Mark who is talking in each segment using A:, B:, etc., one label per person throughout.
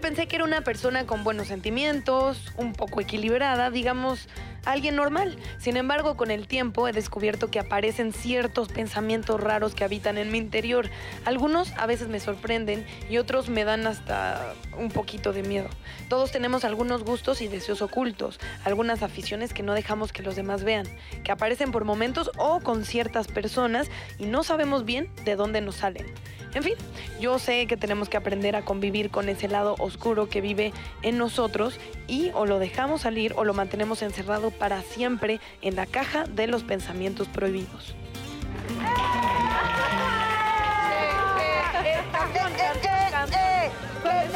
A: pensé que era una persona con buenos sentimientos, un poco equilibrada, digamos, alguien normal. Sin embargo, con el tiempo he descubierto que aparecen ciertos pensamientos raros que habitan en mi interior. Algunos a veces me sorprenden y otros me dan hasta un poquito de miedo. Todos tenemos algunos gustos y deseos ocultos, algunas aficiones que no dejamos que los demás vean, que aparecen por momentos o con ciertas personas y no sabemos bien de dónde nos salen. En fin, yo sé que tenemos que aprender a convivir con ese lado oscuro que vive en nosotros y o lo dejamos salir o lo mantenemos encerrado para siempre en la caja de los pensamientos prohibidos.
B: ¡Qué netas, qué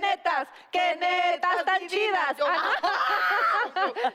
B: netas, qué netas tan chidas!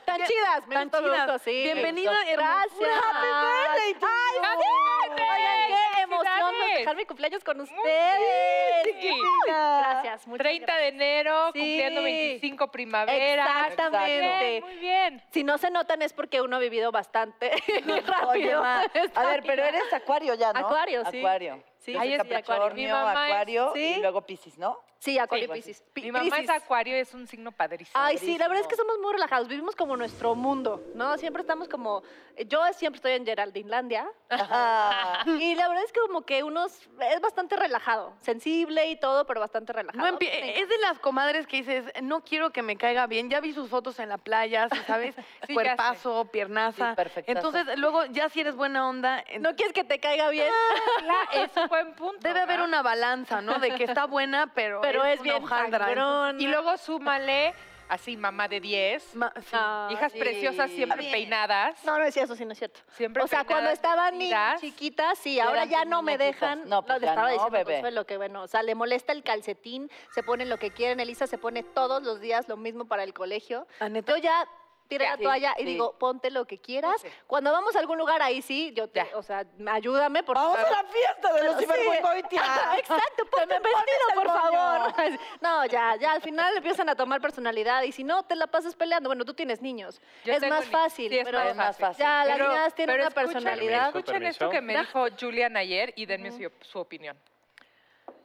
C: Tan chidas,
B: Me
C: tan
B: gustó, me
C: chidas.
B: gustó, sí, me
C: Bienvenida,
B: gustó.
C: hermosa.
B: Gracias.
C: ¡Happy birthday to
B: Ay,
C: you.
B: happy birthday.
C: Oigan, qué emoción
B: Felicidades.
C: festejar mi cumpleaños con ustedes.
B: bien, chiqui.
C: Gracias, muchas
D: 30
C: gracias.
D: de enero,
C: Sí.
D: cumpliendo 25 primavera.
C: Exactamente.
D: Muy bien.
C: Si no se notan es porque uno ha vivido bastante
B: Oye,
C: rápido.
B: ma,
C: Está
B: a ver, pero
C: aquí.
B: eres acuario ya, ¿no?
C: Acuario, sí.
B: Acuario.
C: Sí.
B: Yo
C: Ahí
B: soy
C: es de acuario.
B: Capricornio,
D: Mi mamá es-
B: acuario
C: Sí.
B: y luego Piscis, ¿no?
C: Sí, Acuario y
B: Sí,
C: Piscis. Pi-
D: pues Mi mamá es
C: Piscis.
D: acuario, es un signo padrísimo.
C: Ay, sí, la verdad es que
B: padrísimo.
C: somos muy relajados, vivimos como nuestro mundo, ¿no? Siempre estamos como, yo siempre estoy en Geraldinlandia
B: Ajá.
C: y la verdad es que como que uno es, es bastante relajado, sensible y todo, pero bastante relajado.
A: No empie-
C: Sí.
A: es de las comadres que dices, no quiero que me caiga bien. Ya vi sus fotos en la playa, sí, ¿sabes?
D: sé.
A: Cuerpazo,
B: Sí,
A: piernaza.
B: perfectazo.
A: Entonces, luego, ya si eres buena onda, en-
C: No quieres que te caiga bien,
D: Claro, es un buen punto.
A: debe haber
D: ¿no?
A: una balanza, ¿no? De que está buena, pero,
C: pero es bien
A: hojaldra.
C: sangrón.
D: Y luego súmale, así, mamá de 10.
A: Ma- sí.
C: Ah,
D: hijas
C: sí.
D: preciosas siempre
B: Bien.
D: peinadas.
C: No, no es eso, sí, no es cierto.
D: Siempre
C: o sea,
D: peinadas,
C: cuando estaban niñas
D: vestidas.
C: chiquitas, sí, ahora
B: eran
C: ya
B: tus
C: no me
B: muñequitas.
C: dejan.
B: No, pues
C: le
B: ya
C: estaba
B: no,
C: diciendo a
B: bebé.
C: Consuelo que bueno, o sea, le molesta el calcetín, se ponen lo que quieren. Elisa se pone todos los días lo mismo para el colegio.
A: Ah, ¿neta?
C: Yo ya tiré
D: Ya,
C: la
D: sí,
C: toalla y
B: sí.
C: digo, ponte lo que quieras.
D: Ponte.
C: Cuando vamos a algún lugar ahí sí, yo te,
D: Ya.
C: o sea, ayúdame por
B: Vamos
C: favor.
B: a la fiesta de los
C: Sí.
B: cibergüengoitia.
C: Ajá, Exacto, ponte un vestido, por favor. No, ya, ya, al final empiezan a tomar personalidad y si no, te la pasas peleando. Bueno, tú tienes niños.
D: Yo
C: es
D: tengo
C: más
D: ni-
C: fácil,
D: sí, es
C: pero
D: más fácil.
C: ya, las
D: Pero-
C: niñas tienen
D: pero
C: una
D: escúchenme,
C: personalidad.
D: Escuchen esto que me dijo Julian ayer y denme su, su opinión.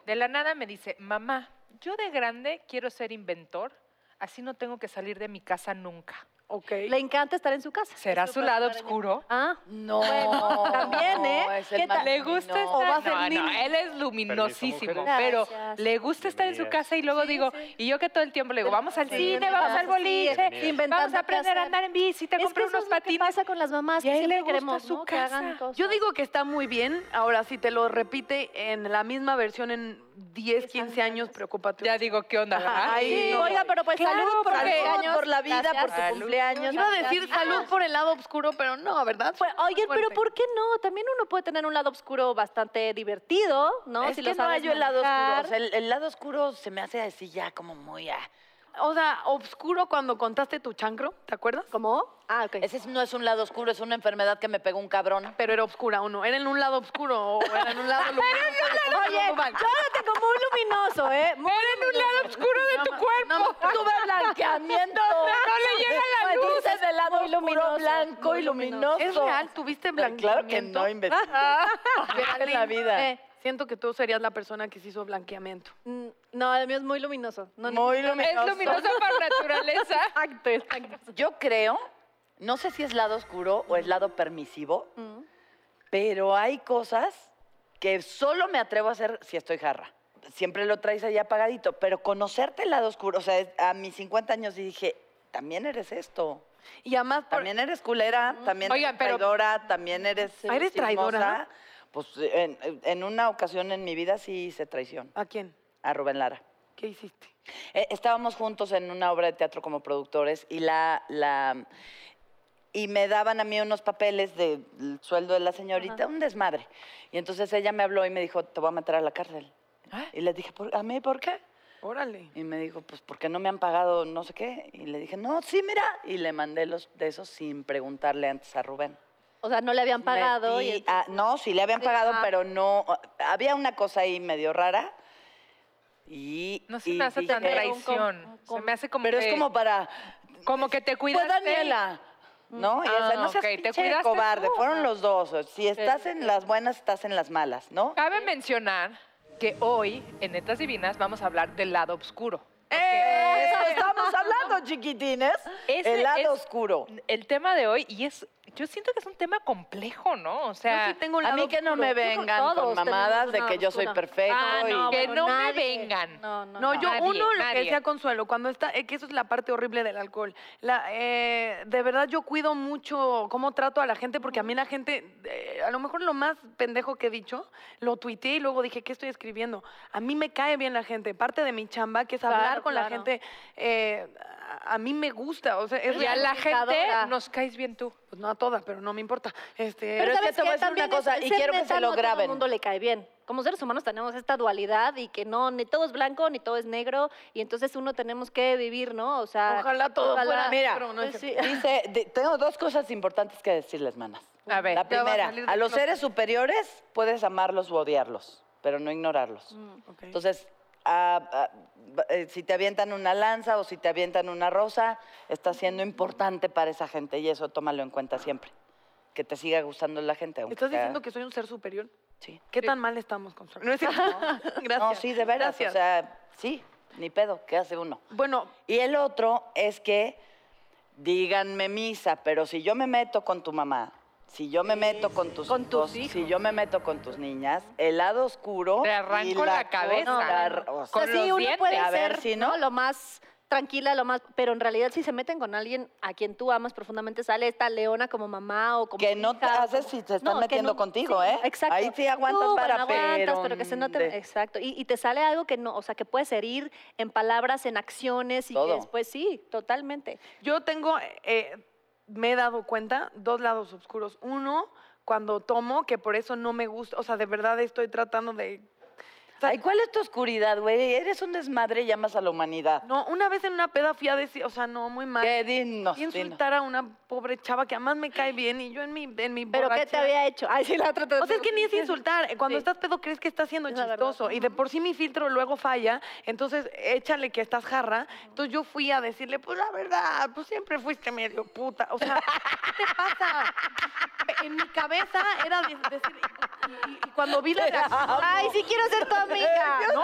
D: De la nada me dice, mamá, yo de grande quiero ser inventor, así no tengo que salir de mi casa nunca.
A: Ok.
C: Le encanta estar en su casa.
D: ¿Será
C: Es
D: su
C: súper
D: lado
C: padre.
D: oscuro?
C: Ah,
B: No.
C: Bueno, también, ¿eh?
B: Es el
C: ¿Qué tal?
B: más
D: Le gusta
B: luminoso.
D: estar...
A: O va a ser
D: no, no,
A: niño.
D: él es luminosísimo,
C: mujeres.
D: pero
C: Gracias.
D: le gusta estar en su
E: Bienvenidas.
D: casa y luego digo, y yo que todo el tiempo le digo, vamos al cine, vamos al boliche, vamos a aprender a andar en bici, te
C: Es que
D: compré
C: eso
D: unos
C: es lo que
D: patines.
C: pasa con las mamás,
D: Y a
C: que
D: él
C: siempre
D: le gusta
C: queremos
D: su
C: ¿no? que hagan
D: casa.
C: cosas.
A: Yo digo que está muy bien. Ahora, si te lo repite en la misma versión en 10, 15 años, preocúpate.
D: Ya digo, ¿qué onda? verdad?
A: Ay,
C: Sí,
A: no.
C: oiga, pero pues
D: Claro,
C: salud por
D: porque-
C: los años.
B: Salud por la vida, por tu
C: Gracias.
B: cumpleaños.
A: Iba a decir salud por el lado oscuro, pero no, ¿verdad?
C: Pues, oye, pero
A: Fuerte.
C: ¿por qué no? También uno puede tener un lado oscuro bastante divertido, ¿no?
B: Es
C: Si lo
B: que no
C: sabes
B: hay el lado oscuro.
C: manejar.
B: O sea, el, el lado oscuro se me hace así ya como muy... ah.
A: O sea, obscuro cuando contaste tu chancro, ¿te acuerdas?
C: ¿Cómo? Ah, ok.
B: Ese no es un lado oscuro, es una enfermedad que me pegó un cabrón.
A: Pero era obscura o no. Era en un lado oscuro o era en un lado luminoso.
C: Oye, yo lo tengo muy luminoso, ¿eh? Muy
D: Era en un lado oscuro de tu cuerpo.
A: No,
B: Tuve blanqueamiento.
D: no le llega la
B: Pues
D: luz.
B: dices el lado oscuro, blanco y luminoso.
A: ¿Es real? ¿Tuviste blanqueamiento?
B: Claro que no, imbécil. en la vida.
A: Eh, siento que tú serías la persona que se hizo blanqueamiento.
C: Mm, No, el mío es muy luminoso. No, no.
B: Muy luminoso.
D: Es luminoso por naturaleza.
C: Exacto, exacto.
B: Yo creo, no sé si es lado oscuro o es lado permisivo,
C: Mm.
B: pero hay cosas que solo me atrevo a hacer si estoy jarra. Siempre lo traes ahí apagadito, pero conocerte el lado oscuro, o sea, es- a mis 50 años sí dije, también eres esto.
A: Y además, por- Mm.
B: También eres culera, también
D: Oigan,
B: eres
D: pero-
B: traidora, también eres.
A: Ah, ¿eres traidora?
B: chismosa. Pues en, en una ocasión en mi vida sí hice traición
A: ¿a quién?
B: a Rubén Lara.
A: ¿Qué hiciste?
B: Eh, estábamos juntos en una obra de teatro como productores y la, la y me daban a mí unos papeles del sueldo de la señorita, un desmadre. Y entonces ella me habló y me dijo, te voy a meter a la cárcel. Y le dije, "¿Por- ¿a mí por qué?
A: Órale.
B: Y me dijo, pues porque no me han pagado no sé qué. Y le dije, no, sí, mira. Y le mandé los de esos sin preguntarle antes a Rubén.
C: O sea, no le habían pagado.
B: Metí
C: y
B: a- no, sí le habían
C: Sí,
B: pagado,
C: ah.
B: pero no. Había una cosa ahí medio rara. Y.
D: No se
B: y
D: me hace tan
B: dije,
D: traición. Se me hace como
B: Pero
D: que-
B: es como para.
D: como que te cuidas.
B: Fue Daniela. ¿No? Y
D: Ah,
B: esa, no seas
D: ok, te
B: pinche
D: cuidaste
B: cobarde.
D: tú.
B: Fueron los dos. Si estás en las buenas, estás en las malas, ¿no?
D: Cabe mencionar que hoy en Netas Divinas vamos a hablar del lado oscuro.
B: ¡Eh! Eso estamos hablando, chiquitines.
D: Ese
B: el lado
D: es-
B: oscuro.
D: El tema de hoy, y es, yo siento que es un tema complejo, ¿no? O sea,
A: Yo sí tengo un
B: A
A: lado
B: mí que no
A: oscuro.
B: me
C: creo que
B: vengan con
C: todos
B: mamadas
C: tenemos
B: de
C: una
B: que yo soy
C: oscura.
B: perfecto.
D: Ah, no,
B: y-
D: que no me
C: nadie.
D: vengan.
C: No,
A: No,
C: no, no.
A: yo
D: Nadie,
A: uno lo que
D: nadie.
A: decía Consuelo, cuando está, eh, que eso es la parte horrible del alcohol. La, eh, de verdad yo cuido mucho cómo trato a la gente, porque a mí la gente, eh, a lo mejor lo más pendejo que he dicho, lo tuiteé y luego dije, ¿qué estoy escribiendo? A mí me cae bien la gente, parte de mi chamba, que es
C: Claro,
A: hablar con la
C: claro.
A: gente, eh, a a mí me gusta, o sea, es
D: Y a
A: real.
D: la gente
C: Comunicadora.
D: nos caes bien tú.
A: Pues no a todas, pero no me importa. Este,
B: Pero es que
C: ¿sabes
B: te voy a
C: qué?
B: decir una
C: También es-
B: cosa, y
C: ser
B: quiero que
C: neta,
B: se lo
C: no A todo
B: graben.
C: el mundo le cae bien. Como seres humanos tenemos esta dualidad y que no, ni todo es blanco, ni todo es negro, y entonces uno tenemos que vivir, ¿no? O sea,
A: ojalá todo
C: ojalá-
A: fuera
B: Mira,
A: negro, no es
C: pues
A: cierto.
C: sí.
B: Dice, de- tengo dos cosas importantes que decirles, manas.
D: A ver,
B: La
A: Ya va a
B: primera,
A: salir
B: a
A: del
B: los
A: closet.
B: seres superiores puedes amarlos o odiarlos, pero no ignorarlos.
A: Ok.
B: Entonces, ah, ah, ba- eh, si te avientan una lanza o si te avientan una rosa, está siendo importante para esa gente y eso tómalo en cuenta siempre. Que te siga gustando la gente. aunque
A: ¿Estás
B: sea-
A: diciendo que soy un ser superior?
B: Sí.
A: ¿Qué
D: Sí.
A: tan mal estamos, Consuelo? No es cierto. Gracias.
B: No, sí, de veras.
A: Gracias.
B: O sea, sí, ni pedo, ¿qué hace uno?
A: bueno,
B: Y el otro es que díganme misa, pero si yo me meto con tu mamá, si yo me meto con tus,
D: Con tus
B: hijos, si
D: hijos.
B: yo me meto con tus niñas, el lado oscuro
D: Te
B: y
D: arranco la cabeza.
B: cosa- la- o sea,
C: O sea,
D: Con
C: sí,
D: los
C: uno
D: dientes.
C: puede
B: A ver,
C: ser
B: si no-
C: ¿no? lo más tranquila, lo más... Pero en realidad si se meten con alguien a quien tú amas profundamente, sale esta leona como mamá o como
B: Que no te
C: hija,
B: haces
C: como-
B: si te están
C: que
B: metiendo contigo, ¿eh?
C: Exacto.
B: Ahí sí aguantas
C: Tú,
B: para,
C: bueno, aguantas,
B: pero mm,
C: pero que se
B: de-
C: note... Exacto. Y, y te sale algo que no... O sea, que puedes herir en palabras, en acciones y
B: Todo.
C: que después sí, totalmente.
A: Yo tengo, eh, me he dado cuenta, dos lados oscuros. Uno, cuando tomo, que por eso no me gusta, o sea, de verdad estoy tratando de... o sea,
B: Ay, ¿cuál es tu oscuridad, güey? Eres un desmadre y llamas a la humanidad.
A: no, una vez en una peda fui a decir, o sea, no, muy mal.
B: ¿Qué? Dinos,
A: Fui a
B: dinos.
A: insultar a una pobre chava que además me cae bien y yo en mi, en mi
C: ¿Pero qué te
A: borrachera-
C: había hecho? Ay, sí, la otra te-
A: O sea, es que ni es insultar. eh, Cuando
C: Sí.
A: estás pedo crees que estás siendo
C: Es la verdad.
A: chistoso y de por sí mi filtro luego falla, entonces échale que estás jarra. Entonces yo fui a decirle, pues la verdad, pues siempre fuiste medio puta. O sea, ¿qué te pasa? En mi cabeza era de- decir... y- y- y cuando vi la reacción-
C: Ay, sí quiero ser tu amiga.
A: No,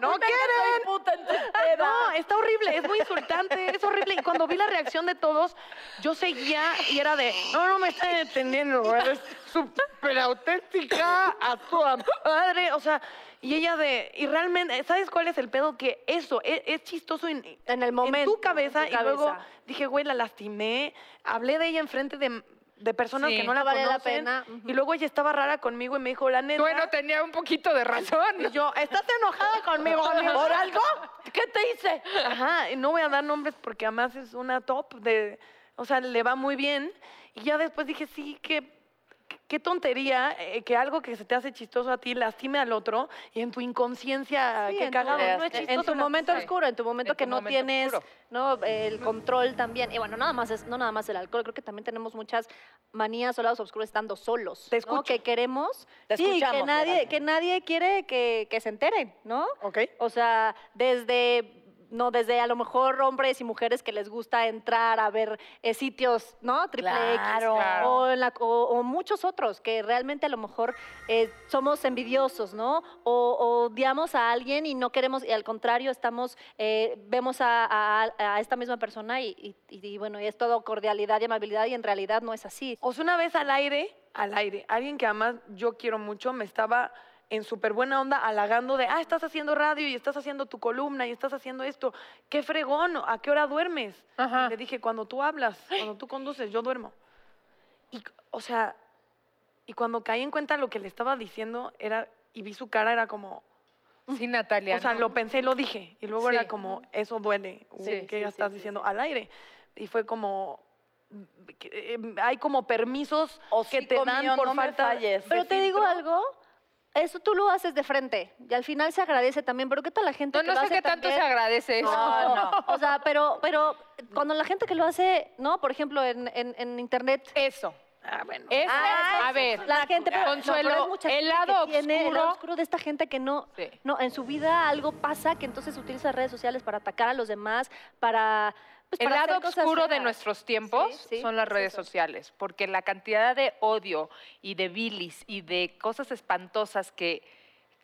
A: no quieren.
B: Puta, entonces,
A: Eh, No, está horrible, es muy insultante, es horrible. Y cuando vi la reacción de todos, yo seguía y era de, no, no me están entendiendo, eres súper auténtica a toda madre. O sea, y ella de, y realmente, ¿sabes cuál es el pedo? Que eso es, es chistoso en,
C: En el momento.
A: en tu cabeza.
C: en tu
A: y luego
C: cabeza.
A: dije, güey, la lastimé, hablé de ella enfrente de de personas
D: Sí.
A: que no la
C: No vale la
A: conocen
C: pena,
A: y
C: ujú.
A: luego ella estaba rara conmigo y me dijo la neta
D: Bueno, tenía un poquito de
A: y
D: razón.
A: yo estás enojada conmigo amigo?"
B: ¿Por algo? ¿Qué te hice?
A: Ajá, y no voy a dar nombres porque además es una top de, o sea, le va muy bien. Y ya después dije, sí, qué, qué tontería eh, que algo que se te hace chistoso a ti lastime al otro y en tu inconsciencia,
C: Sí,
A: qué
C: en tu-
A: cagado, no es
B: en-
A: chistoso.
C: Eh, en tu
A: la-
C: momento
D: Sí.
C: oscuro, en tu momento
D: En
C: que
D: tu
C: no
D: momento
C: tienes
D: oscuro.
C: ¿no? el control también. Y bueno, nada más es, no nada más el alcohol, creo que también tenemos muchas manías o lados oscuros estando solos.
A: Te
C: ¿no?
A: escucho.
C: Que queremos.
B: Te
C: sí,
B: escuchamos,
C: que nadie,
B: Gerardo.
C: que nadie quiere que, que se enteren, ¿no?
A: Ok.
C: O sea, desde. No, desde a lo mejor hombres y mujeres que les gusta entrar a ver eh, sitios, ¿no? Triple
B: Claro.
C: X.
D: Claro.
C: O, en la- o- o muchos otros que realmente a lo mejor eh, somos envidiosos, ¿no? O, o odiamos a alguien y no queremos, y al contrario, estamos, eh, vemos a, a- a esta misma persona y, y- y bueno, y es todo cordialidad y amabilidad y en realidad no es así.
A: O sea, una vez al aire, al aire, alguien que además yo quiero mucho me estaba en súper buena onda halagando de, ah, estás haciendo radio y estás haciendo tu columna y estás haciendo esto. Qué fregón, ¿a qué hora duermes?
D: Ajá.
A: Y Le dije, cuando tú hablas, cuando tú conduces, yo duermo. Y, o sea, y cuando caí en cuenta lo que le estaba diciendo era, y vi su cara, era como,
D: Sí, Natalia.
A: o sea,
D: no.
A: lo pensé y lo dije. Y luego
D: Sí.
A: era como, eso duele,
D: Sí,
A: que
D: sí,
A: ya
D: sí,
A: estás
D: sí,
A: diciendo al aire. Y fue como, mm, que, eh, hay como permisos que te
B: Hocico
A: dan
B: mío,
A: por
B: no me
A: falta.
B: falles.
A: de
C: Pero te digo
A: filtro.
C: algo, eso tú lo haces de frente y al final se agradece también, pero ¿qué tal la gente
D: No,
C: que
D: no
C: lo
D: sé
C: hace
D: qué tanto se
C: también?
D: agradece eso.
B: No, no.
C: O sea, pero, pero cuando la gente que lo hace, ¿no? Por ejemplo, en, en- en internet.
D: Eso.
A: Ah, bueno.
D: Eso,
C: Ah,
D: a ver.
C: La gente, pero,
D: Consuelo,
C: no, pero es mucha
D: el
C: gente
D: lado
C: que tiene el lado
D: oscuro-
C: oscuro de esta gente que no,
D: Sí.
C: no, en su vida algo pasa que entonces utiliza redes sociales para atacar a los demás, para, pues,
D: El
C: para hacer
D: lado
C: cosas
D: oscuro de
C: feas.
D: nuestros tiempos
C: Sí, sí,
D: son las
C: es
D: redes
C: eso.
D: sociales, porque la cantidad de odio y de bilis y de cosas espantosas que,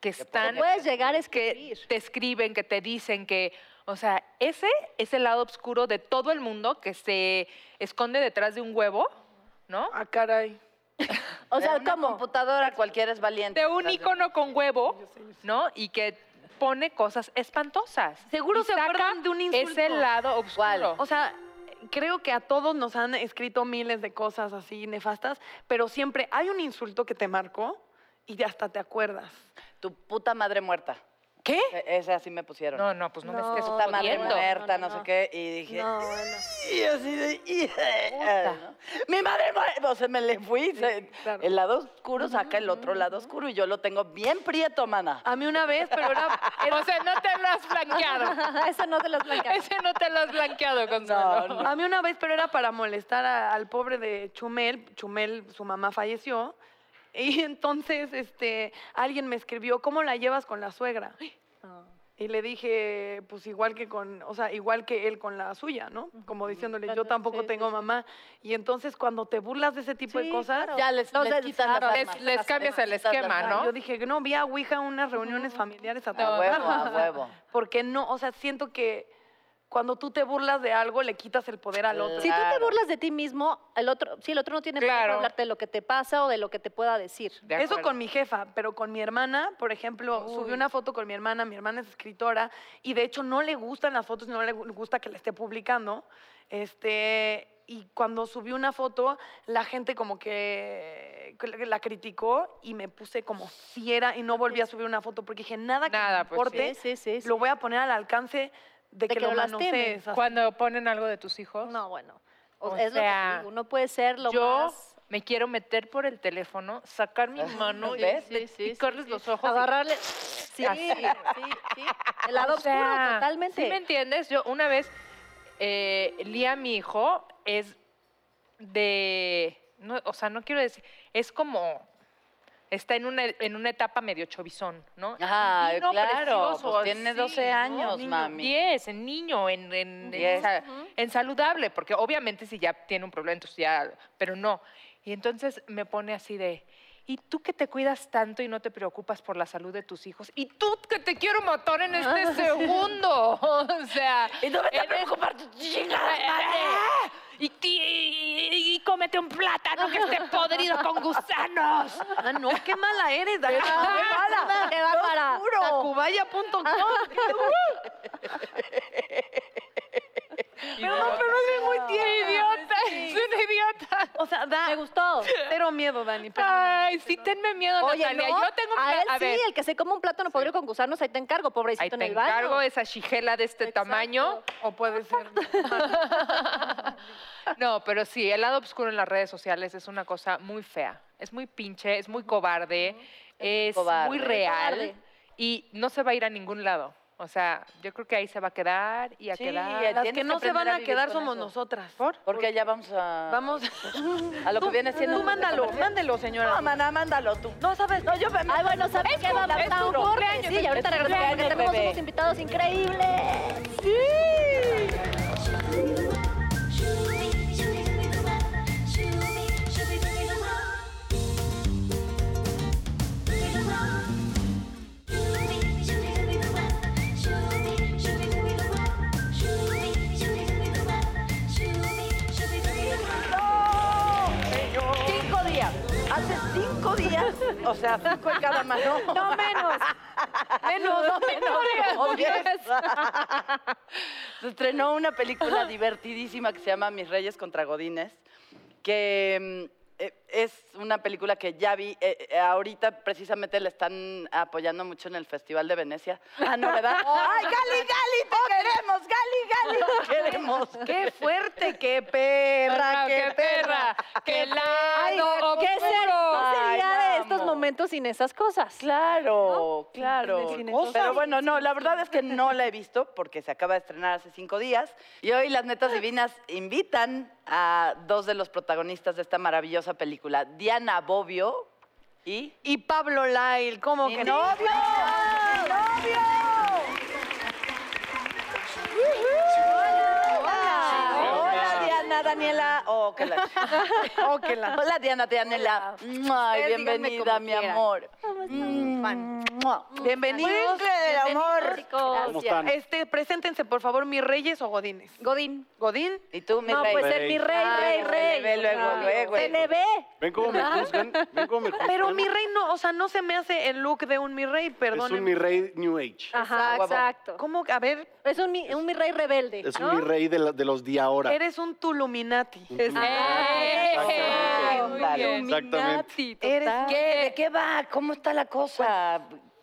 D: que están...
C: Puedes llegar a
D: que
C: escribir.
D: te escriben, que te dicen que... O sea, ese es el lado oscuro de todo el mundo que se esconde detrás de un huevo, ¿no?
E: Ah, caray.
C: O sea,
B: una
C: ¿cómo?
B: computadora cualquiera es valiente.
D: De un icono con huevo, ¿no? Y que pone cosas espantosas.
A: Seguro
D: Y
A: se
D: saca
A: acuerdan de un insulto.
D: Ese lado oscuro.
A: O sea, creo que a todos nos han escrito miles de cosas así nefastas, pero siempre hay un insulto que te marcó y ya hasta te acuerdas.
B: Tu puta madre muerta.
D: ¿Qué?
B: E- Esa así me pusieron.
D: No, no, pues no,
C: No,
D: me estés
B: puta madre
D: jodiendo.
B: muerta, no,
C: No, no,
B: sé
C: no.
B: qué. Y dije,
C: No, bueno.
B: y así de, y- eh, ¿no? mi madre muerta. O sea, me le fui. se-
A: claro.
B: El lado oscuro saca el otro lado oscuro y yo lo tengo bien prieto, mana.
C: Ah,
A: A mí una vez, pero era... era-
D: O sea, no te lo has blanqueado.
C: Eso no te los blanqueas.
D: Ese no te lo has blanqueado, Gonzalo.
B: No,
A: A mí una vez, pero era para molestar a- al pobre de Chumel. Chumel, su mamá falleció. Y entonces, este, alguien me escribió, ¿cómo la llevas con la suegra? Y le dije, pues igual que con, o sea, igual que él con la suya, ¿no? Como diciéndole, yo
C: Claro,
A: tampoco
C: sí,
A: tengo
C: sí, sí.
A: mamá. Y entonces cuando te burlas de ese tipo de
C: Sí,
A: cosas,
C: claro.
B: Ya les,
C: Los
B: les quitan las
C: deslizaron.
B: armas.
D: Les- les cambias el
B: Les quitan las
D: esquema,
A: ay,
B: armas.
D: Ah, ¿no? Ah,
A: yo dije, no, vi a Ouija unas reuniones familiares a
B: A
A: trabajar.
B: huevo, a huevo.
A: Porque no, o sea, siento que cuando tú te burlas de algo, le quitas el poder al otro.
C: Si tú te
B: Claro.
C: burlas de ti mismo, el otro, si el otro no tiene por qué
D: Claro.
C: hablarte de lo que te pasa o de lo que te pueda decir.
D: De
A: Eso
D: acuerdo.
A: con mi jefa, pero con mi hermana, por ejemplo, subí una foto con mi hermana, mi hermana es escritora y de hecho no le gustan las fotos, no le gu- gusta que la esté publicando. Este, y cuando subí una foto, la gente como que que la la criticó y me puse como fiera y no volví a subir una foto porque dije, nada que
D: Nada,
A: me
D: pues sí.
A: importe,
C: sí, sí. sí.
A: lo voy a poner al alcance de, que,
C: que
A: lo
C: lo lastimen.
A: manosees. así.
D: Cuando ponen algo de tus hijos,
C: No, bueno. O
D: O
C: es lo
D: sea,
C: que digo, uno puede ser lo
D: yo
C: más...
D: me quiero meter por el teléfono, sacar mi mano, y
B: ¿Ves?
D: picarles los ojos. y-
C: Agarrarle... Sí,
D: Así.
C: sí, sí. El lado
D: O sea,
C: oscuro, totalmente.
D: ¿Sí me entiendes? Yo una vez, eh, Lía, mi hijo, es de. no, o sea, no quiero decir. Es como. Está en una, en una etapa medio chovizón, ¿no?
B: Ah,
D: Divino,
B: claro.
D: precioso,
B: Pues tiene
D: así,
B: 12
D: ¿no?
B: años,
D: Niño,
B: mami.
D: 10, en niño, en, en- en
B: Diez.
D: sa- en saludable, porque obviamente si ya tiene un problema, entonces ya, pero no. Y entonces me pone así de, ¿y tú que te cuidas tanto y no te preocupas por la salud de tus hijos? ¿Y tú que te quiero matar en este segundo? O sea...
B: Y no me te
D: en este-
B: preocupes, tu chingada
D: ¡Ah! Y, ti- y- y- y cómete un plátano que esté podrido con gusanos.
A: Ah, no, qué mala eres, Daniela.
C: Te va para...
A: Tacubaya.com.
C: Ah.
D: Pero no, pero es muy idiota, es un idiota.
A: O sea, da
C: Me gustó.
A: cero miedo, Dani. perdóname.
D: Ay, sí, tenme miedo,
C: Oye,
D: Natalia.
C: no,
D: Yo tengo
C: a
D: miedo-
C: él
D: a
C: sí,
D: ver,
C: el que se come un plátano podrido con gusanos, ahí te encargo, pobrecito
D: Ahí
C: en
D: te
C: el baño.
D: encargo esa chigela de este tamaño.
A: O puede ser.
D: No, pero sí, el lado oscuro en las redes sociales es una cosa muy fea. Es muy pinche, es muy cobarde, es
B: cobarde.
D: muy
B: Es
D: real
C: cobarde.
D: y no se va a ir a ningún lado. O sea, yo creo que ahí se va a quedar y a
B: Sí,
D: quedar.
B: el-
A: Las
B: Tienes
A: que
B: que
A: no se van
B: aprender a
A: a
B: vivir
A: quedar
B: con
A: somos
B: eso.
A: nosotras.
D: ¿Por?
B: Porque ya vamos a.
A: Vamos.
B: A lo que viene siendo.
A: Tú mándalo, mándalo, señora.
B: No, maná, mándalo tú.
A: No, ¿sabes?
B: No, yo me.
C: Ay, bueno, ¿sabes qué?
D: cum-
C: Vamos
D: es
C: a
D: tu
C: un corte,
D: cumpleaños,
C: sí, y ahorita
B: es tu
C: regresamos porque
B: cumpleaños,
C: tenemos
B: bebé.
C: unos invitados increíbles.
B: Cinco días. Hace cinco días. O sea, cinco en cada mano.
C: No menos. menos, no menos.
B: O diez. Se estrenó una película divertidísima que se llama Mis Reyes contra Godines, que mm, eh, es una película que ya vi. eh, eh, ahorita precisamente la están apoyando mucho en el Festival de Venecia. Ah, no, ¿verdad? ¡Ay, Gali, Gali! ¡Te queremos! ¡Gali, Gali! ¡Te queremos!
A: Qué fuerte, qué
B: Ah,
A: perra,
D: Ah, ¡Qué perra! ¡Qué
C: Ay,
D: lado
C: ¿Qué
D: oscuro!
C: ser- no
B: Ay,
C: sería
B: la
C: de estos
B: amo.
C: momentos sin esas cosas?
B: Claro, claro.
A: Sin
B: Pero
A: esas
B: Pero bueno, no, la verdad es que no la he visto porque se acaba de estrenar hace cinco días. Y hoy las netas divinas invitan a dos de los protagonistas de esta maravillosa película, Diana Bobbio y...
A: Y Pablo Lyle, ¿cómo
B: ¡Mi
A: que
B: novio! ¡Mi novio! ¡Ujú! Hola, Diana, Daniela. Oh, que la...
D: Oh, que la-
B: Hola, Diana, Daniela. Ay,
D: Ustedes díganme
B: bienvenida,
D: como
B: mi
D: quieran.
B: amor. Mm,
D: Fan.
B: Mua.
A: Bienvenidos.
B: del amor.
E: ¿Cómo
C: Gracias.
E: están?
A: Este, preséntense, por favor, mis reyes o godines.
C: Godín.
A: Godín,
B: ¿Y tú, mi
C: No,
B: rey?
C: pues
E: Rey.
C: es mi rey,
B: Ah,
C: rey,
B: se
C: rey.
B: le ve luego,
C: Claro.
B: luego,
C: Se
B: luego.
C: le ve.
E: Ven cómo me juzgan, ven cómo me juzgan.
A: pero mi rey no, o sea, no se me hace el look de un mi rey,
E: Es
A: perdón.
E: un mi rey New Age.
C: Ajá,
B: Huevo.
C: exacto.
A: ¿Cómo? A ver,
C: Es un, mi- un mi rey rebelde.
E: Es
C: ¿no?
E: un mi rey de, la- de los de ahora.
A: eres un Tuluminati.
E: Un Tuluminati.
D: ¡Eh!
B: Exactamente.
D: Ah, Muy
B: Claro,
D: bien.
E: exactamente.
A: Eres
B: ¿Qué? ¿De qué va? ¿Cómo está la cosa?